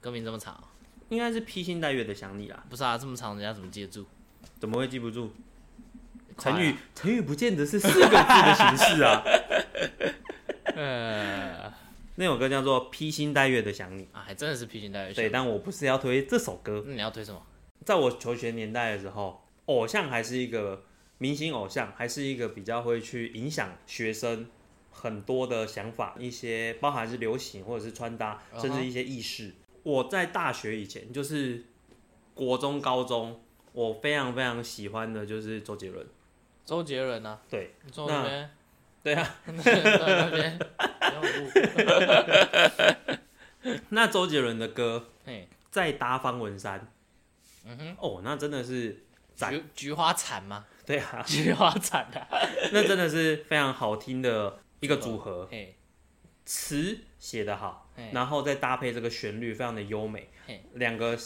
歌名这么长哦，应该是披星戴月的想你啦，不是啊，这么长人家怎么记得住？怎么会记不住？快啊成语，成语不见得是四个字的形式啊。 呃，那首歌叫做《披星戴月的想你》，啊，还真的是披星戴月。对，但我不是要推这首歌，那你要推什么？在我求学年代的时候，偶像还是一个明星偶像，还是一个比较会去影响学生很多的想法，一些包含是流行或者是穿搭，嗯哼甚至一些意识。我在大学以前，就是国中、高中，我非常非常喜欢的就是周杰伦。周杰伦啊，对，你坐那边，对 啊，那边，然后那周杰伦的歌嘿，再搭方文山，嗯哼，哦，那真的是， 赞菊菊花残吗？对啊， 菊花残啊，那真的是非常好听的一个组合，嘿，词写得好嘿，然后再搭配这个旋律，非常的优美嘿，两个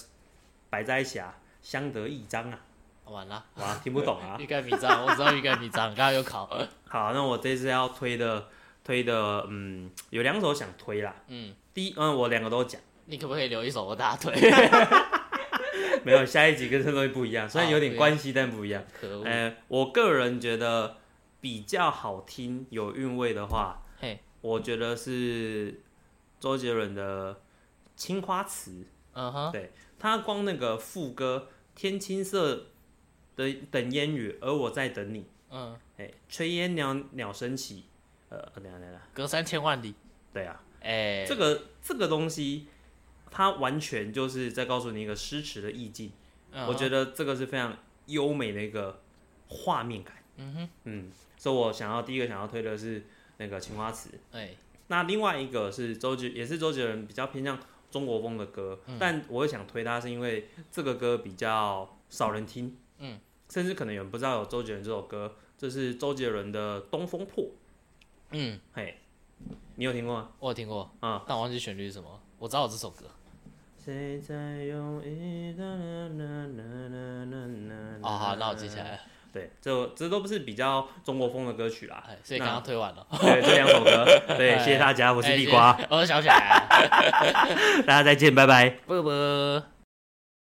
摆在一起啊，相得益彰啊，完了，哇，听不 懂啊，欲盖弥彰，我知道欲盖弥彰，刚刚有考，好，那我这次要推的推的，嗯，有两首想推啦。嗯，第一，嗯，我两个都讲，你可不可以留一首我大腿？ 没有下一集跟这东西不一样，虽然有哦点关系，但不一样。可恶，呃，我个人觉得比较好听、有韵味的话，嘿，我觉得是周杰伦的《青花瓷》。嗯哼，他光那个副歌“天青色的等烟雨，而我在等你嗯，”，哎，炊烟袅袅升起，呃，等一下等一下，隔三千万里，对啊，哎，这个这个东西，它完全就是在告诉你一个诗词的意境。我觉得，得这个是非常优美的一个画面感。嗯哼，嗯，所以我想要第一个想要推的是那个《青花瓷》，哎，那另外一个是周杰，也是周杰伦比较偏向中国风的歌，但我会想推它是因为这个歌比较少人听。嗯，甚至可能有人不知道有周杰伦这首歌，这是周杰伦的《东风破》。嗯，嘿，你有听过吗？我有听过，啊、但我忘记旋律是什么，我知道我这首歌，谁在用一哒啦啦啦啦啦啦哦，好，那我记起来。了，对，这这都不是比较中国风的歌曲啦哎，，所以刚刚推完了，那对这两首歌，对，哎谢谢大家，我是哎 地瓜，谢谢我是小雪，大家再见，拜拜。啵啵。